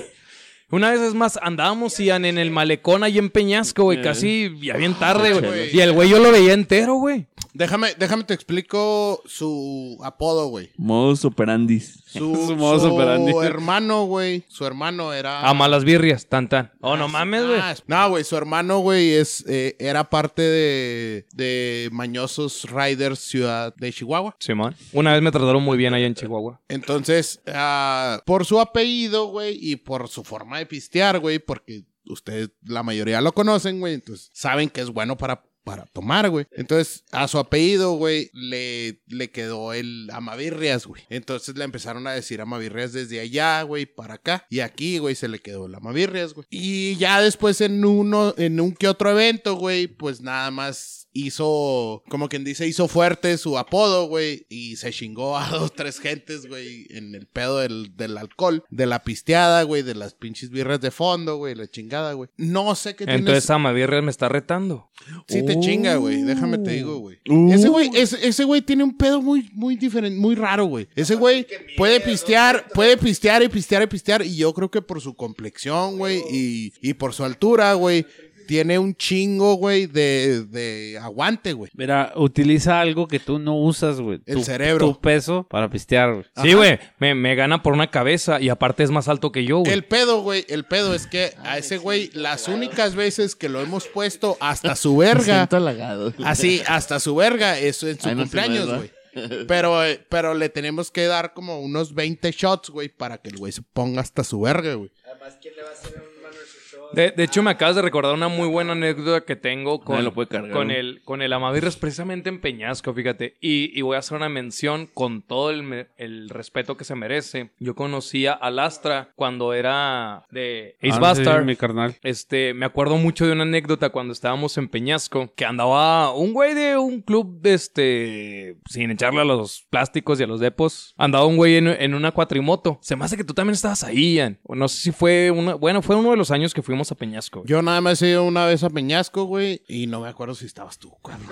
Una vez es más, andábamos y en en el malecón ahí en Peñasco, güey, casi ya bien tarde, güey. Y el güey yo lo veía entero, güey.
Déjame, déjame te explico su apodo,
(laughs)
güey.
Modus operandis.
Su,
Su modo
su
operandi.
hermano, güey. Su hermano era.
A malas birrias, tan tan. Oh, no mames, güey.
Ah, es- No, güey, su hermano, güey, es, eh, era parte de, de Mañosos Riders Ciudad de Chihuahua.
Simón. Una vez me trataron muy bien allá en Chihuahua.
Entonces, ah, por su apellido, güey, y por su forma de pistear, güey, porque ustedes la mayoría lo conocen, güey, entonces saben que es bueno para, para tomar, güey. Entonces, a su apellido, güey, le, le quedó el Amavirrias, güey. Entonces le empezaron a decir Amavirrias desde allá, güey, para acá. Y aquí, güey, se le quedó el Amavirrias, güey. Y ya después en uno, en un que otro evento, güey, pues nada más hizo, como quien dice, hizo fuerte su apodo, güey, y se chingó a (laughs) dos, tres gentes, güey, en el pedo del, del alcohol, de la pisteada, güey, de las pinches birras de fondo, güey, la chingada, güey. No sé qué
Entonces
tienes.
ama birrias me está retando.
Sí te chinga, güey, déjame te digo, güey. Ese güey, ese, ese güey tiene un pedo muy, muy diferente, muy raro, güey. Ese güey puede pistear, puede pistear y pistear y pistear, y yo creo que por su complexión, güey, y, y por su altura, güey, tiene un chingo, güey, de, de aguante, güey.
Mira, utiliza algo que tú no usas, güey.
El
Tu-
cerebro.
Tu peso para pistear, güey.
Sí, güey. Me, me gana por una cabeza y aparte es más alto que yo, güey.
El pedo, güey, el pedo es que a ese güey, las únicas veces que lo hemos puesto
(laughs)
hasta su verga,
halagado.
así, hasta su verga, eso en su
Ay, no te
cumpleaños,
muevas.
güey. Pero, eh, pero le tenemos que dar como unos 20 shots, güey, para que el güey se ponga hasta su verga, güey.
Además, ¿quién le va a hacer un mano de show?
De, de hecho, me acabas de recordar una muy buena anécdota que tengo con,
Nadie lo puede cargar,
con
güey.
el, con el Amavirres, precisamente en Peñasco, fíjate. Y, y voy a hacer una mención con todo el, me- el respeto que se merece. Yo conocía a Lastra cuando era de Ace
Ah,
Bastard.
sí, mi carnal.
Este, me acuerdo mucho de una anécdota cuando estábamos en Peñasco, que andaba un güey de un club de este, sin echarle a los plásticos y a los depos, andaba un güey en, en una cuatrimoto. Se me hace que tú también estabas ahí, Ian. O No sé si fue una, bueno, fue uno de los años que fuimos a Peñasco. güey.
Yo nada más he ido una vez a Peñasco, güey, y no me acuerdo si estabas tú, cabrón.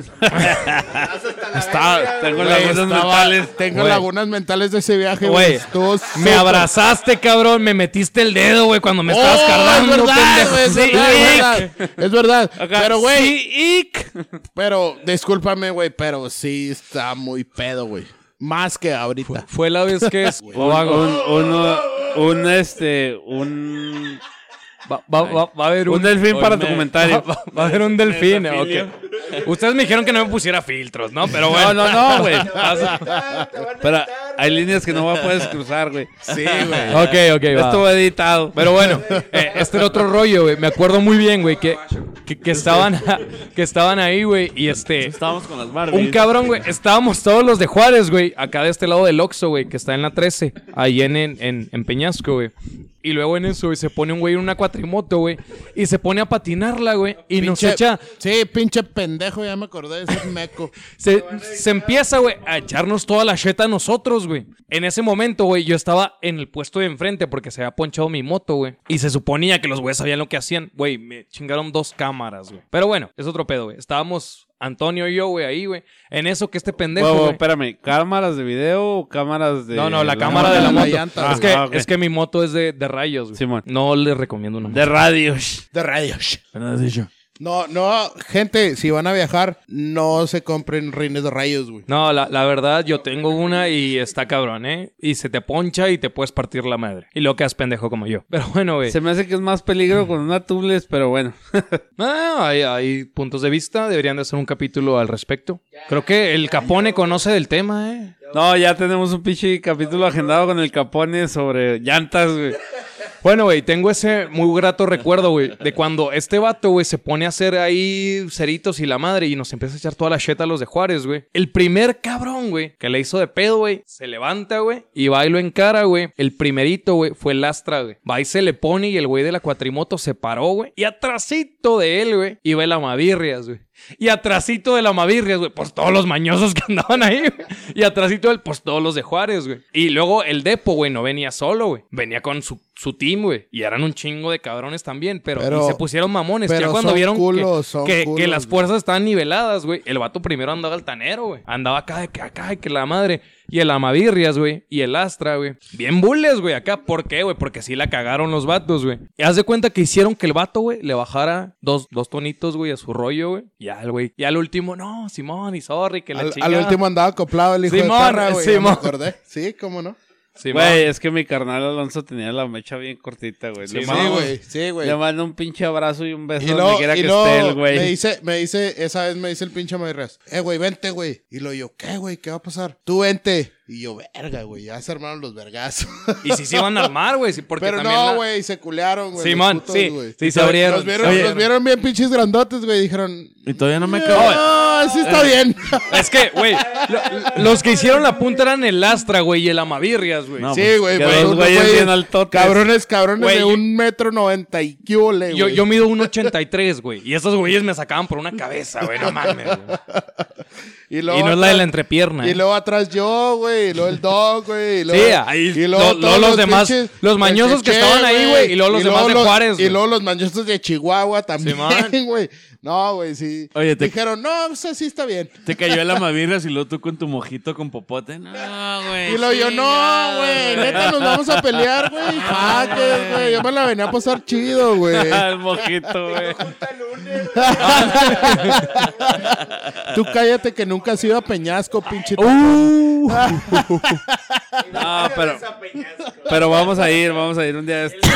Estaba-
Tengo
Güey,
lagunas
estaba-
mentales.
Tengo
Güey.
lagunas mentales de ese viaje,
Güey,
güey. Estuvo
me
súper-
abrazaste, cabrón, me metiste el dedo, güey, cuando me estabas
¡Oh,
cargando,
es verdad,
pendejo.
güey, es
Sí,
verdad,
ick.
es verdad, es verdad.
Acá,
Pero, güey,
sí, (laughs) ic.
Pero, discúlpame, güey, pero sí está muy pedo, güey. Más que ahorita.
Fue la vez que
(laughs)
es-
Un,
va,
un- uno- un, este, un,
va- va- va- va a haber un,
un delfín para tu
me-
comentario.
(laughs) Va, va a haber un delfín, eh, ok. Ustedes me dijeron que no me pusiera filtros, (laughs) ¿no? Pero bueno.
No, no, no, güey.
Ah, te van a
Pero
gritar,
hay líneas que no va- puedes cruzar, güey.
Sí, güey.
Ok, ok, va.
Esto va editado.
Pero bueno, eh, este era otro rollo, güey. Me acuerdo muy bien, güey, que, que, que estaban, (laughs) que estaban ahí, güey, y este...
Estábamos con las Barbies.
Un cabrón, güey. Estábamos todos los de Juárez, güey. Acá de este lado del Oxxo, güey, que está en la 13. Ahí en, en, en- en Peñasco, güey. Y luego en eso, güey, se pone un güey en una cuatrimoto, güey. Y se pone a patinarla, güey. Y nos
Pinche-
echa...
Sí, pinche pendejo, ya me acordé de ese meco.
Se, se empieza, güey, a echarnos toda la cheta a nosotros, güey. En ese momento, güey, yo estaba en el puesto de enfrente porque se había ponchado mi moto, güey. Y se suponía que los güeyes sabían lo que hacían. Güey, me chingaron dos cámaras, güey. Pero bueno, es otro pedo, güey. Estábamos Antonio y yo, güey, ahí, güey. En eso que este pendejo,
Huevo,
güey.
espérame, ¿cámaras de video o cámaras de.?
No, no, la cámara de la
la
moto.
llanta,
es,
güey.
que,
Ah, ok.
es que mi moto es de, de rayos, güey.
Simón.
No le recomiendo una moto.
De radios.
De rayos. No, no, gente, si van a viajar, no se compren rines de rayos, güey.
No, la, la verdad, yo tengo una y está cabrón, ¿eh? Y se te poncha y te puedes partir la madre. Y lo quedas pendejo como yo. Pero bueno, güey.
Se me hace que es más
Mm.
peligro con una tubles, pero bueno. (laughs)
No, no, no, Ah, hay, hay puntos de vista, deberían de hacer un capítulo al respecto. Creo que el Capone conoce del tema, ¿eh?
No, ya tenemos un pinche capítulo agendado con el Capone sobre llantas, güey.
Bueno, güey, tengo ese muy grato recuerdo, güey, de cuando este vato, güey, se pone a hacer ahí ceritos y la madre y nos empieza a echar toda la cheta a los de Juárez, güey. El primer cabrón, güey, que le hizo de pedo, güey, se levanta, güey, y va y lo encara, güey. El primerito, güey, fue Lastra, güey. Va y se le pone y el güey de la cuatrimoto se paró, güey. Y atrasito de él, güey, iba el Amavirrias, güey. Y atrasito de la Mavirrias, güey, pues todos los mañosos (laughs) que andaban ahí, güey. Y atrasito del, pues todos los de Juárez, güey. Y luego el Depo, güey, no venía solo, güey. Venía con su, su team, güey. Y eran un chingo de cabrones también, pero,
Pero-
y se pusieron mamones.
pero
ya cuando
son
vieron que-
culos, son
que, que
culos,
las
güey.
fuerzas estaban niveladas, güey. El vato primero andaba altanero, güey. Andaba acá de que acá, de que la madre. Y el Amavirrias, güey. Y el Astra, güey. Bien bulles, güey, acá. ¿Por qué, güey? Porque sí la cagaron los vatos, güey. Y haz de cuenta que hicieron que el vato, güey, le bajara dos, dos tonitos, güey, a su rollo, güey. Ya, el güey. Y al último, no, Simón, y sorry, que la
Al, al
chingada.
último andaba acoplado el hijo
Simón,
de perra, güey. ya
Simón.
me acordé. Sí, cómo no.
Simón.
Güey, es que mi carnal Alonso tenía la mecha bien cortita, güey.
Sí,
le,
sí,
Sí,
mando,
güey. Sí, güey.
le mando un pinche abrazo y un beso
Y
donde
luego,
quiera
y
que
luego
esté el güey.
me dice, me dice, esa vez me dice el pinche Mayras, eh, güey, vente, güey. Y lo yo, ¿qué, güey? ¿Qué va a pasar? Tú vente. Y yo, verga, güey, ya se armaron los vergazos. (laughs)
Y si se iban a armar, güey. sí, Porque
Pero
también la-
no, güey, se culearon, güey. los
Simón,
putos,
sí,
güey.
sí, se abrieron.
Los vieron,
Oye.
los vieron bien pinches grandotes, güey. Dijeron,
Y todavía no me acabo.
no, sí está
(laughs)
bien.
Es que, güey, lo- los que hicieron la punta eran el Astra, güey, y el Amavirrias, güey.
No,
sí, güey,
que
güey.
dos
unos
güeyes
güeyes
bien altotes.
Cabrones, cabrones
Güey,
de
yo-
un metro noventa y qué ole,
yo,
güey.
yo mido 1.83, güey. Y esos güeyes me sacaban por una cabeza, güey. No mames. güey.
Y,
Y
luego
no es la de la
atrás-
entrepierna.
Y
eh.
luego atrás yo, güey. Y luego el dog, güey. y luego-
Sí, ahí
y
lo-
todos
lo- los demás,
pinches-
los mañosos
el
que estaban ahí, güey, y luego los demás de Juárez,
Y
güey.
luego los mañosos de Chihuahua
Simón.
también, (laughs) güey. no, güey, sí.
Oye, te-
Dijeron, no, o sea, sí está bien.
Te cayó el amavirras y luego tú con tu mojito con popote. No, güey.
Y luego yo, no, güey, neta, nos vamos a pelear,
(laughs)
(laughs)
güey.
Ah,
Paques, güey. Yo me la venía a pasar chido, güey.
el mojito, güey.
Tú cállate que nunca has ido a Peñasco, pinche.
No, pero, pero vamos a ir, vamos a ir un día de estos.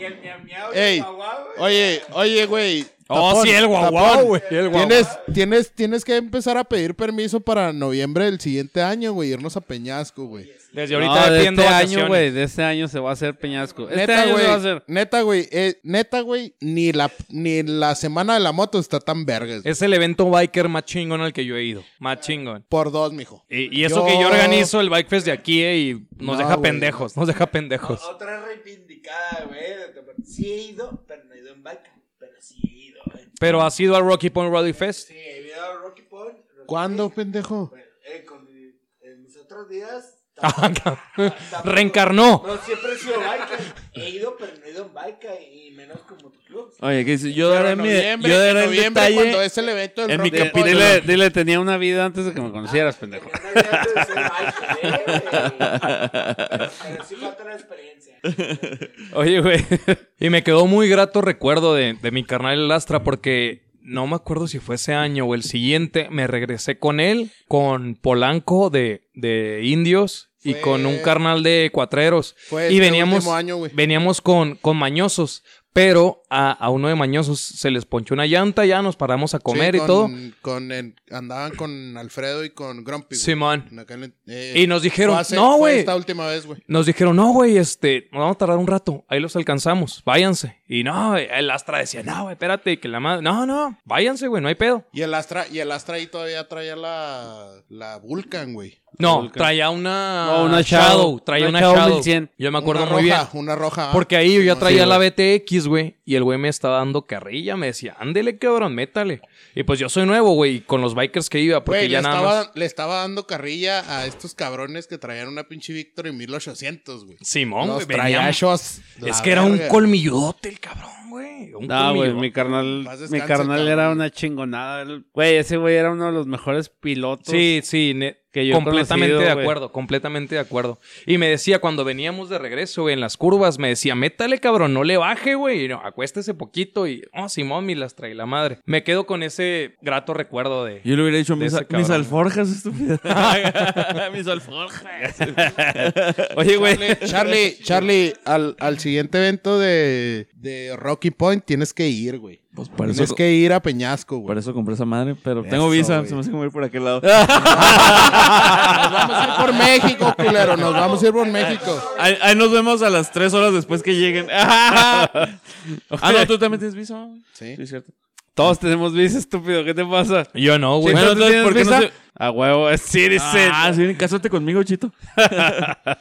Y el miau miau y el
Ey,
guau, güey.
oye, oye, güey.
Oh,
tapón,
sí, el guau,
tapón.
guau, güey. El guau.
Tienes, tienes, tienes que empezar a pedir permiso para noviembre del siguiente año, güey. Irnos a Peñasco, güey.
Desde
No,
ahorita
de
pidiendo
este año,
vacaciones.
güey, de este año se va a hacer Peñasco. Este
Neta,
año
güey.
se va a hacer.
Neta, güey. eh, neta, güey. Ni la, ni la semana de la moto está tan vergas.
Es el evento biker más chingón al que yo he ido. Más chingón.
Por dos, mijo.
Y, y eso que yo organizo el Bike Fest de aquí, eh, y
No,
nos deja
güey.
pendejos, nos deja pendejos.
Otra reivindicada, güey. de- Sí he ido, pero no he ido en vaca. Pero sí he ido, güey.
Pero ha sido a Rocky Point Rally Fest.
Sí, he ido a Rocky Point. Rocky
¿Cuándo,
Point,
pendejo?
bueno, eh, con mi- en mis otros días.
(laughs) Ah, cabrón.
tampoco-
Reencarnó.
No, siempre he sido biker. He ido, pero no he ido en biker. Y menos como tu
(laughs)
club.
Oye, ¿qué dices? Yo
Pero
daré
en
mi.
noviembre,
Yo daré
en
el
noviembre, cuando
detalle.
es el evento del
en mi
Rock and Roll.
capítulo.
Dile, dile, tenía una vida antes de que me conocieras, pendejo.
Tenía una idea de ser biker, eh. Pero sí falta la experiencia.
Oye, güey. Y me quedó muy grato recuerdo de, de mi carnal el Astra porque no me acuerdo si fue ese año o el siguiente. Me regresé con él, con Polanco de, de Indios y
Fue-
con un carnal de Cuatreros.
Fue
y
este
veníamos,
último año, güey.
veníamos con, con Mañosos. Pero a, a uno de Mañosos se les ponchó una llanta, ya nos paramos a comer
Sí,
y
con-
todo.
Con el- andaban con Alfredo y con Grumpy. güey.
Simón.
En aquel- eh,
Y nos dijeron,
fue hace-
"No,
fue
güey".
Esta última vez, güey.
Nos dijeron, no, güey, este, nos vamos a tardar un rato, ahí los alcanzamos, váyanse. Y no, el Astra decía, no, güey, espérate, que la madre, no, no, váyanse, güey, no hay pedo.
Y el Astra, y el Astra ahí todavía traía la, la Vulcan, güey.
No, traía una,
No, una Shadow.
traía
Una
una,
Shadow
Shadow.
1100.
Yo me acuerdo
una
muy
roja,
bien.
Una roja. ah.
Porque ahí yo ya
Sí,
traía
güey.
la BTX, güey, y el güey me estaba dando carrilla, me decía, ándele, cabrón, métale. Y pues yo soy nuevo, güey, y con los bikers que iba, porque
Güey, le,
ya nada
estaba,
más...
le estaba dando carrilla a estos cabrones que traían una pinche Victor en 1800, güey.
Simón, güey,
Los
venía...
trayachos.
Es
la
que era un
verga.
colmilludote el cabrón, güey. Un
No, güey,
colmilludote.
mi carnal,
Paz
mi
descanse,
carnal
cabrón.
era una chingonada. El- Güey, ese güey era uno de los mejores pilotos.
Sí, sí, ne-
que yo he
completamente
conocido,
de
güey.
acuerdo, completamente de acuerdo. Y me decía cuando veníamos de regreso güey, en las curvas, me decía, métale cabrón, no le baje, güey, y no, acuéstese poquito y, oh, Simón, mi las trae la madre. Me quedo con ese grato recuerdo de...
Yo le hubiera dicho
De
mis,
ese
mis
cabrón.
alforjas, estúpida. mis alforjas.
Oye, güey.
Charlie, Charlie, Charlie, al, al siguiente evento de, de Rocky Point tienes que ir, güey.
Pues (laughs) por
Tienes
eso,
que ir a Peñasco, güey. (laughs)
por eso compré esa madre, pero
Eso,
tengo visa,
güey.
se me hace como ir por aquel
(laughs)
lado.
Nos vamos a ir por México, culero. Nos vamos a ir por México.
Ahí, ahí nos vemos a las tres horas después que lleguen. (laughs)
(laughs)
ah, no, tú también tienes visa, güey.
Sí.
es cierto.
Todos tenemos visa, estúpido. ¿Qué te pasa?
Yo no,
Sí,
güey.
¿tú
Bueno, entonces,
tienes
¿por qué no
visa?
se-
A huevo, (laughs) es Citizen.
Ah, sí, cásate conmigo, Chito.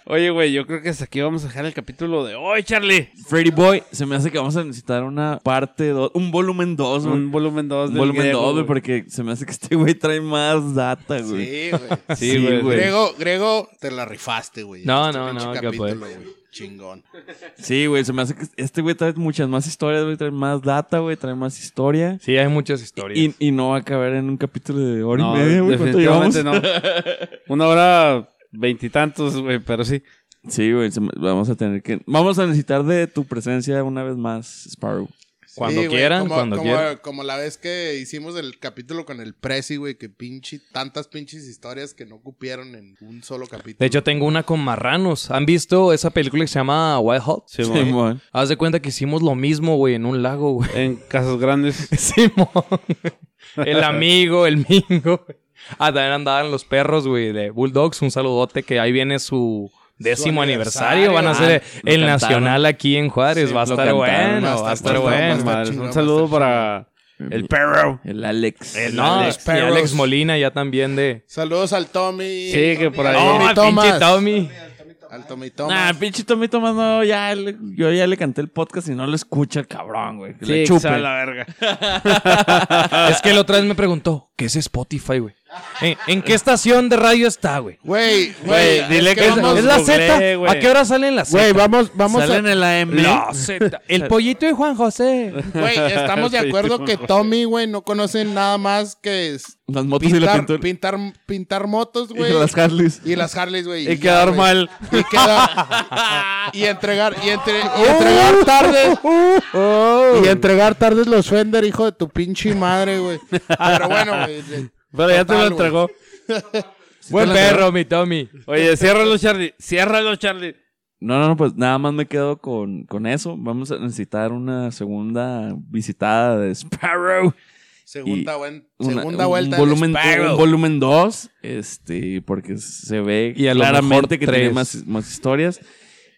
Oye, güey, yo creo que hasta aquí vamos a dejar el capítulo de hoy, Charlie.
Freddy Boy, se me hace que vamos a necesitar una parte 2, un volumen 2, güey.
Un volumen 2
Un volumen 2, güey, porque se me hace que este güey trae más data, güey.
Sí,
(laughs)
güey.
Sí, güey.
Grego, Grego, te la rifaste, güey.
No,
Este
no,
pinche
no, qué
capítulo,
poder.
güey. Chingón.
Sí, güey, se me hace que este güey trae muchas más historias, güey, trae más data, güey, trae más historia.
Sí, hay muchas historias.
Y, y no va a caber en un capítulo de hora
No,
y media, güey. ¿Cuánto llevamos?
definitivamente no. Una hora veintitantos, güey, pero sí.
Sí, güey, se me- vamos a tener que... Vamos a necesitar de tu presencia una vez más, Sparrow.
Cuando
Sí, güey,
quieran,
como,
cuando
como-
quieran.
Como la vez que hicimos el capítulo con el Prezi, güey, que pinche, tantas pinches historias que no cupieron en un solo capítulo.
De hecho, tengo una con marranos. ¿Han visto esa película que se llama Wild Hot?
Sí, güey.
Simón.
Haz de cuenta que hicimos lo mismo, güey, en un lago, güey.
En Casas Grandes.
(laughs) Simón. El amigo, el mingo. Ah, también andaban los perros, güey, de Bulldogs. Un saludote que ahí viene su décimo aniversario.
aniversario.
Van a hacer
Ah, lo
el
cantaron.
nacional aquí en Juárez.
Sí,
va a
lo
estar
cantaron, va a
bueno, va a
estar
estar
chingón, va a
bueno.
estar
Madres,
chingón,
un saludo
va
para el perro.
El Alex.
Eh, no,
Alex
y Alex
Perros.
Molina ya también de... Oh,
Saludos al Tommy.
Sí, que por ahí- No,
Al Tommy
al pinche
Thomas.
Tommy.
Al Tommy
Nah,
Thomas.
pinche Tommy Tomás, no, ya, le- yo ya le canté el podcast y no lo escucha el cabrón, güey. Que
Sí,
le
que
chupe.
sea la verga.
Es que la otra vez me preguntó, ¿qué es Spotify, güey? ¿En, en qué estación de radio está, güey?
Güey,
Güey,
güey.
dile que
¿Es,
vamos-
es la
Googleé,
Z?
güey.
¿A qué hora salen las
Güey,
Z?
vamos, vamos
Salen
a...
en la M.
La Z. El pollito de Juan José.
Güey, estamos de acuerdo que Tommy, güey, no conoce nada más que es
Las motos y la
pintar,
pintura.
pintar, pintar motos,
Y
güey.
las Harleys.
Y las Harleys, güey.
Y
ya,
quedar
güey.
mal.
Y quedar- y entregar, y, entre- y entregar
(laughs)
tardes.
Uh.
Y entregar tardes los Fender, hijo de tu pinche madre, güey. Pero bueno, güey.
Pero ya te lo
Total,
entregó.
Buen perro, mi Tommy.
Oye, ciérralo, Charlie. Ciérralo, Charlie.
No, no, no, pues nada más me quedo con, con eso. Vamos a necesitar una segunda visitada de Sparrow.
Segunda,
Y
buen-
Una-
segunda
un
vuelta. del
Volumen,
Sparrow.
un volumen 2. Este, porque se ve
Y a lo
claramente
mejor
que
tres.
tiene más, más historias.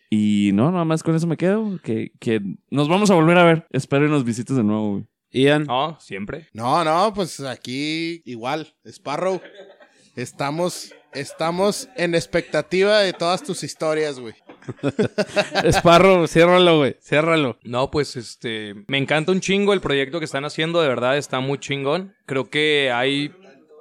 Y no, nada más con eso me quedo. Que, que nos vamos a volver a ver. Espero y nos visites de nuevo, güey.
Ian.
No, siempre.
No, no, pues aquí igual, Sparrow. Estamos, estamos en expectativa de todas tus historias, güey.
Esparro, ciérralo, güey. Ciérralo.
No, pues este. Me encanta un chingo el proyecto que están haciendo, de verdad está muy chingón. Creo que hay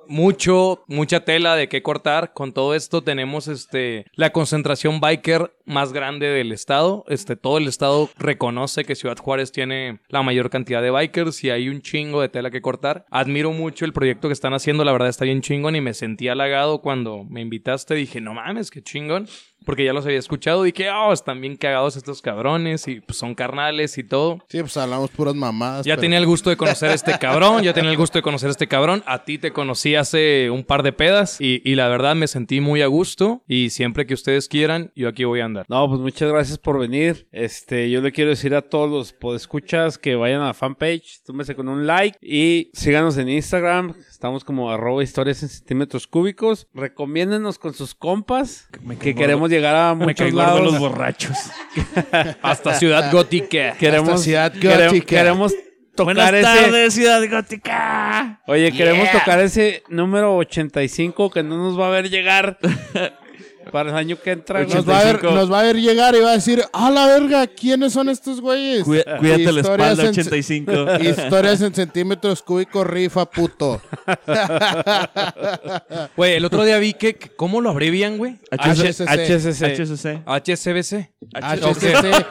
mucho, mucha tela de qué cortar. Con todo esto tenemos este la concentración biker más grande del estado. Este, todo el estado reconoce que Ciudad Juárez tiene la mayor cantidad de bikers y hay un chingo de tela que cortar. Admiro mucho el proyecto que están haciendo, la verdad está bien chingón y me sentí halagado cuando me invitaste. Dije, no mames, qué chingón. Porque ya los había escuchado y que, oh, están bien cagados estos cabrones y pues, son carnales y todo.
Sí, pues hablamos puras mamadas.
Ya
pero-
tenía el gusto de conocer a este cabrón, ya tenía el gusto de conocer a este cabrón. A ti te conocí hace un par de pedas y, y la verdad me sentí muy a gusto y siempre que ustedes quieran, yo aquí voy a andar.
No, pues muchas gracias por venir. Este, yo le quiero decir a todos los podescuchas que vayan a la fanpage, túmese con un like y síganos en Instagram. Estamos como arroba historias en centímetros cúbicos. Recomiéndenos con sus compas que queremos llegar a muchos lados.
(laughs) borrachos.
Hasta Ciudad Gótica.
Queremos,
Hasta Ciudad
quere-
Gótica.
queremos
Buenas
tocar ese.
tardes, Ciudad Gótica.
Oye, queremos tocar ese número 85 que no nos va a ver llegar para el año que entra. güey.
Nos va, a ver, nos va a ver llegar y va a decir, a la verga, ¿quiénes son estos güeyes?
Cuida- cuídate la
Historias
espalda,
en-
85.
(laughs) Historias en centímetros cúbicos, rifa,
(laughs)
puto.
Güey, el otro día vi que, que- ¿cómo lo abrevian, güey?
HSC.
HSC.
HSC.
HCBC.
HCC.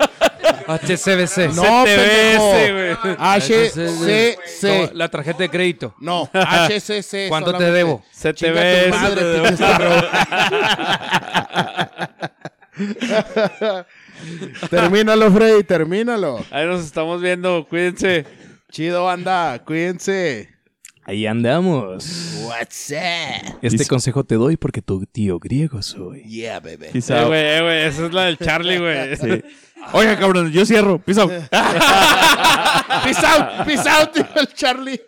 HCBC.
No,
TBS,
pendejo.
güey.
HCC.
La tarjeta de crédito. (laughs)
No, HCC.
Ah, ¿Cuánto te
solamente.
debo?
Chinga tu
CTBS.
madre, este pinche perro.
(laughs)
termínalo, Freddy, termínalo.
Ahí nos estamos viendo, cuídense.
Chido, banda. Cuídense.
Ahí andamos.
What's up?
Este consejo te doy porque tu tío griego soy.
Yeah, baby.
Eh,
Pisao.
güey, eh, güey, esa es la del Charlie, güey.
Sí. Oiga, cabrón, yo cierro. Pisao.
Ah, Peace out, peace out, dijo el Charlie.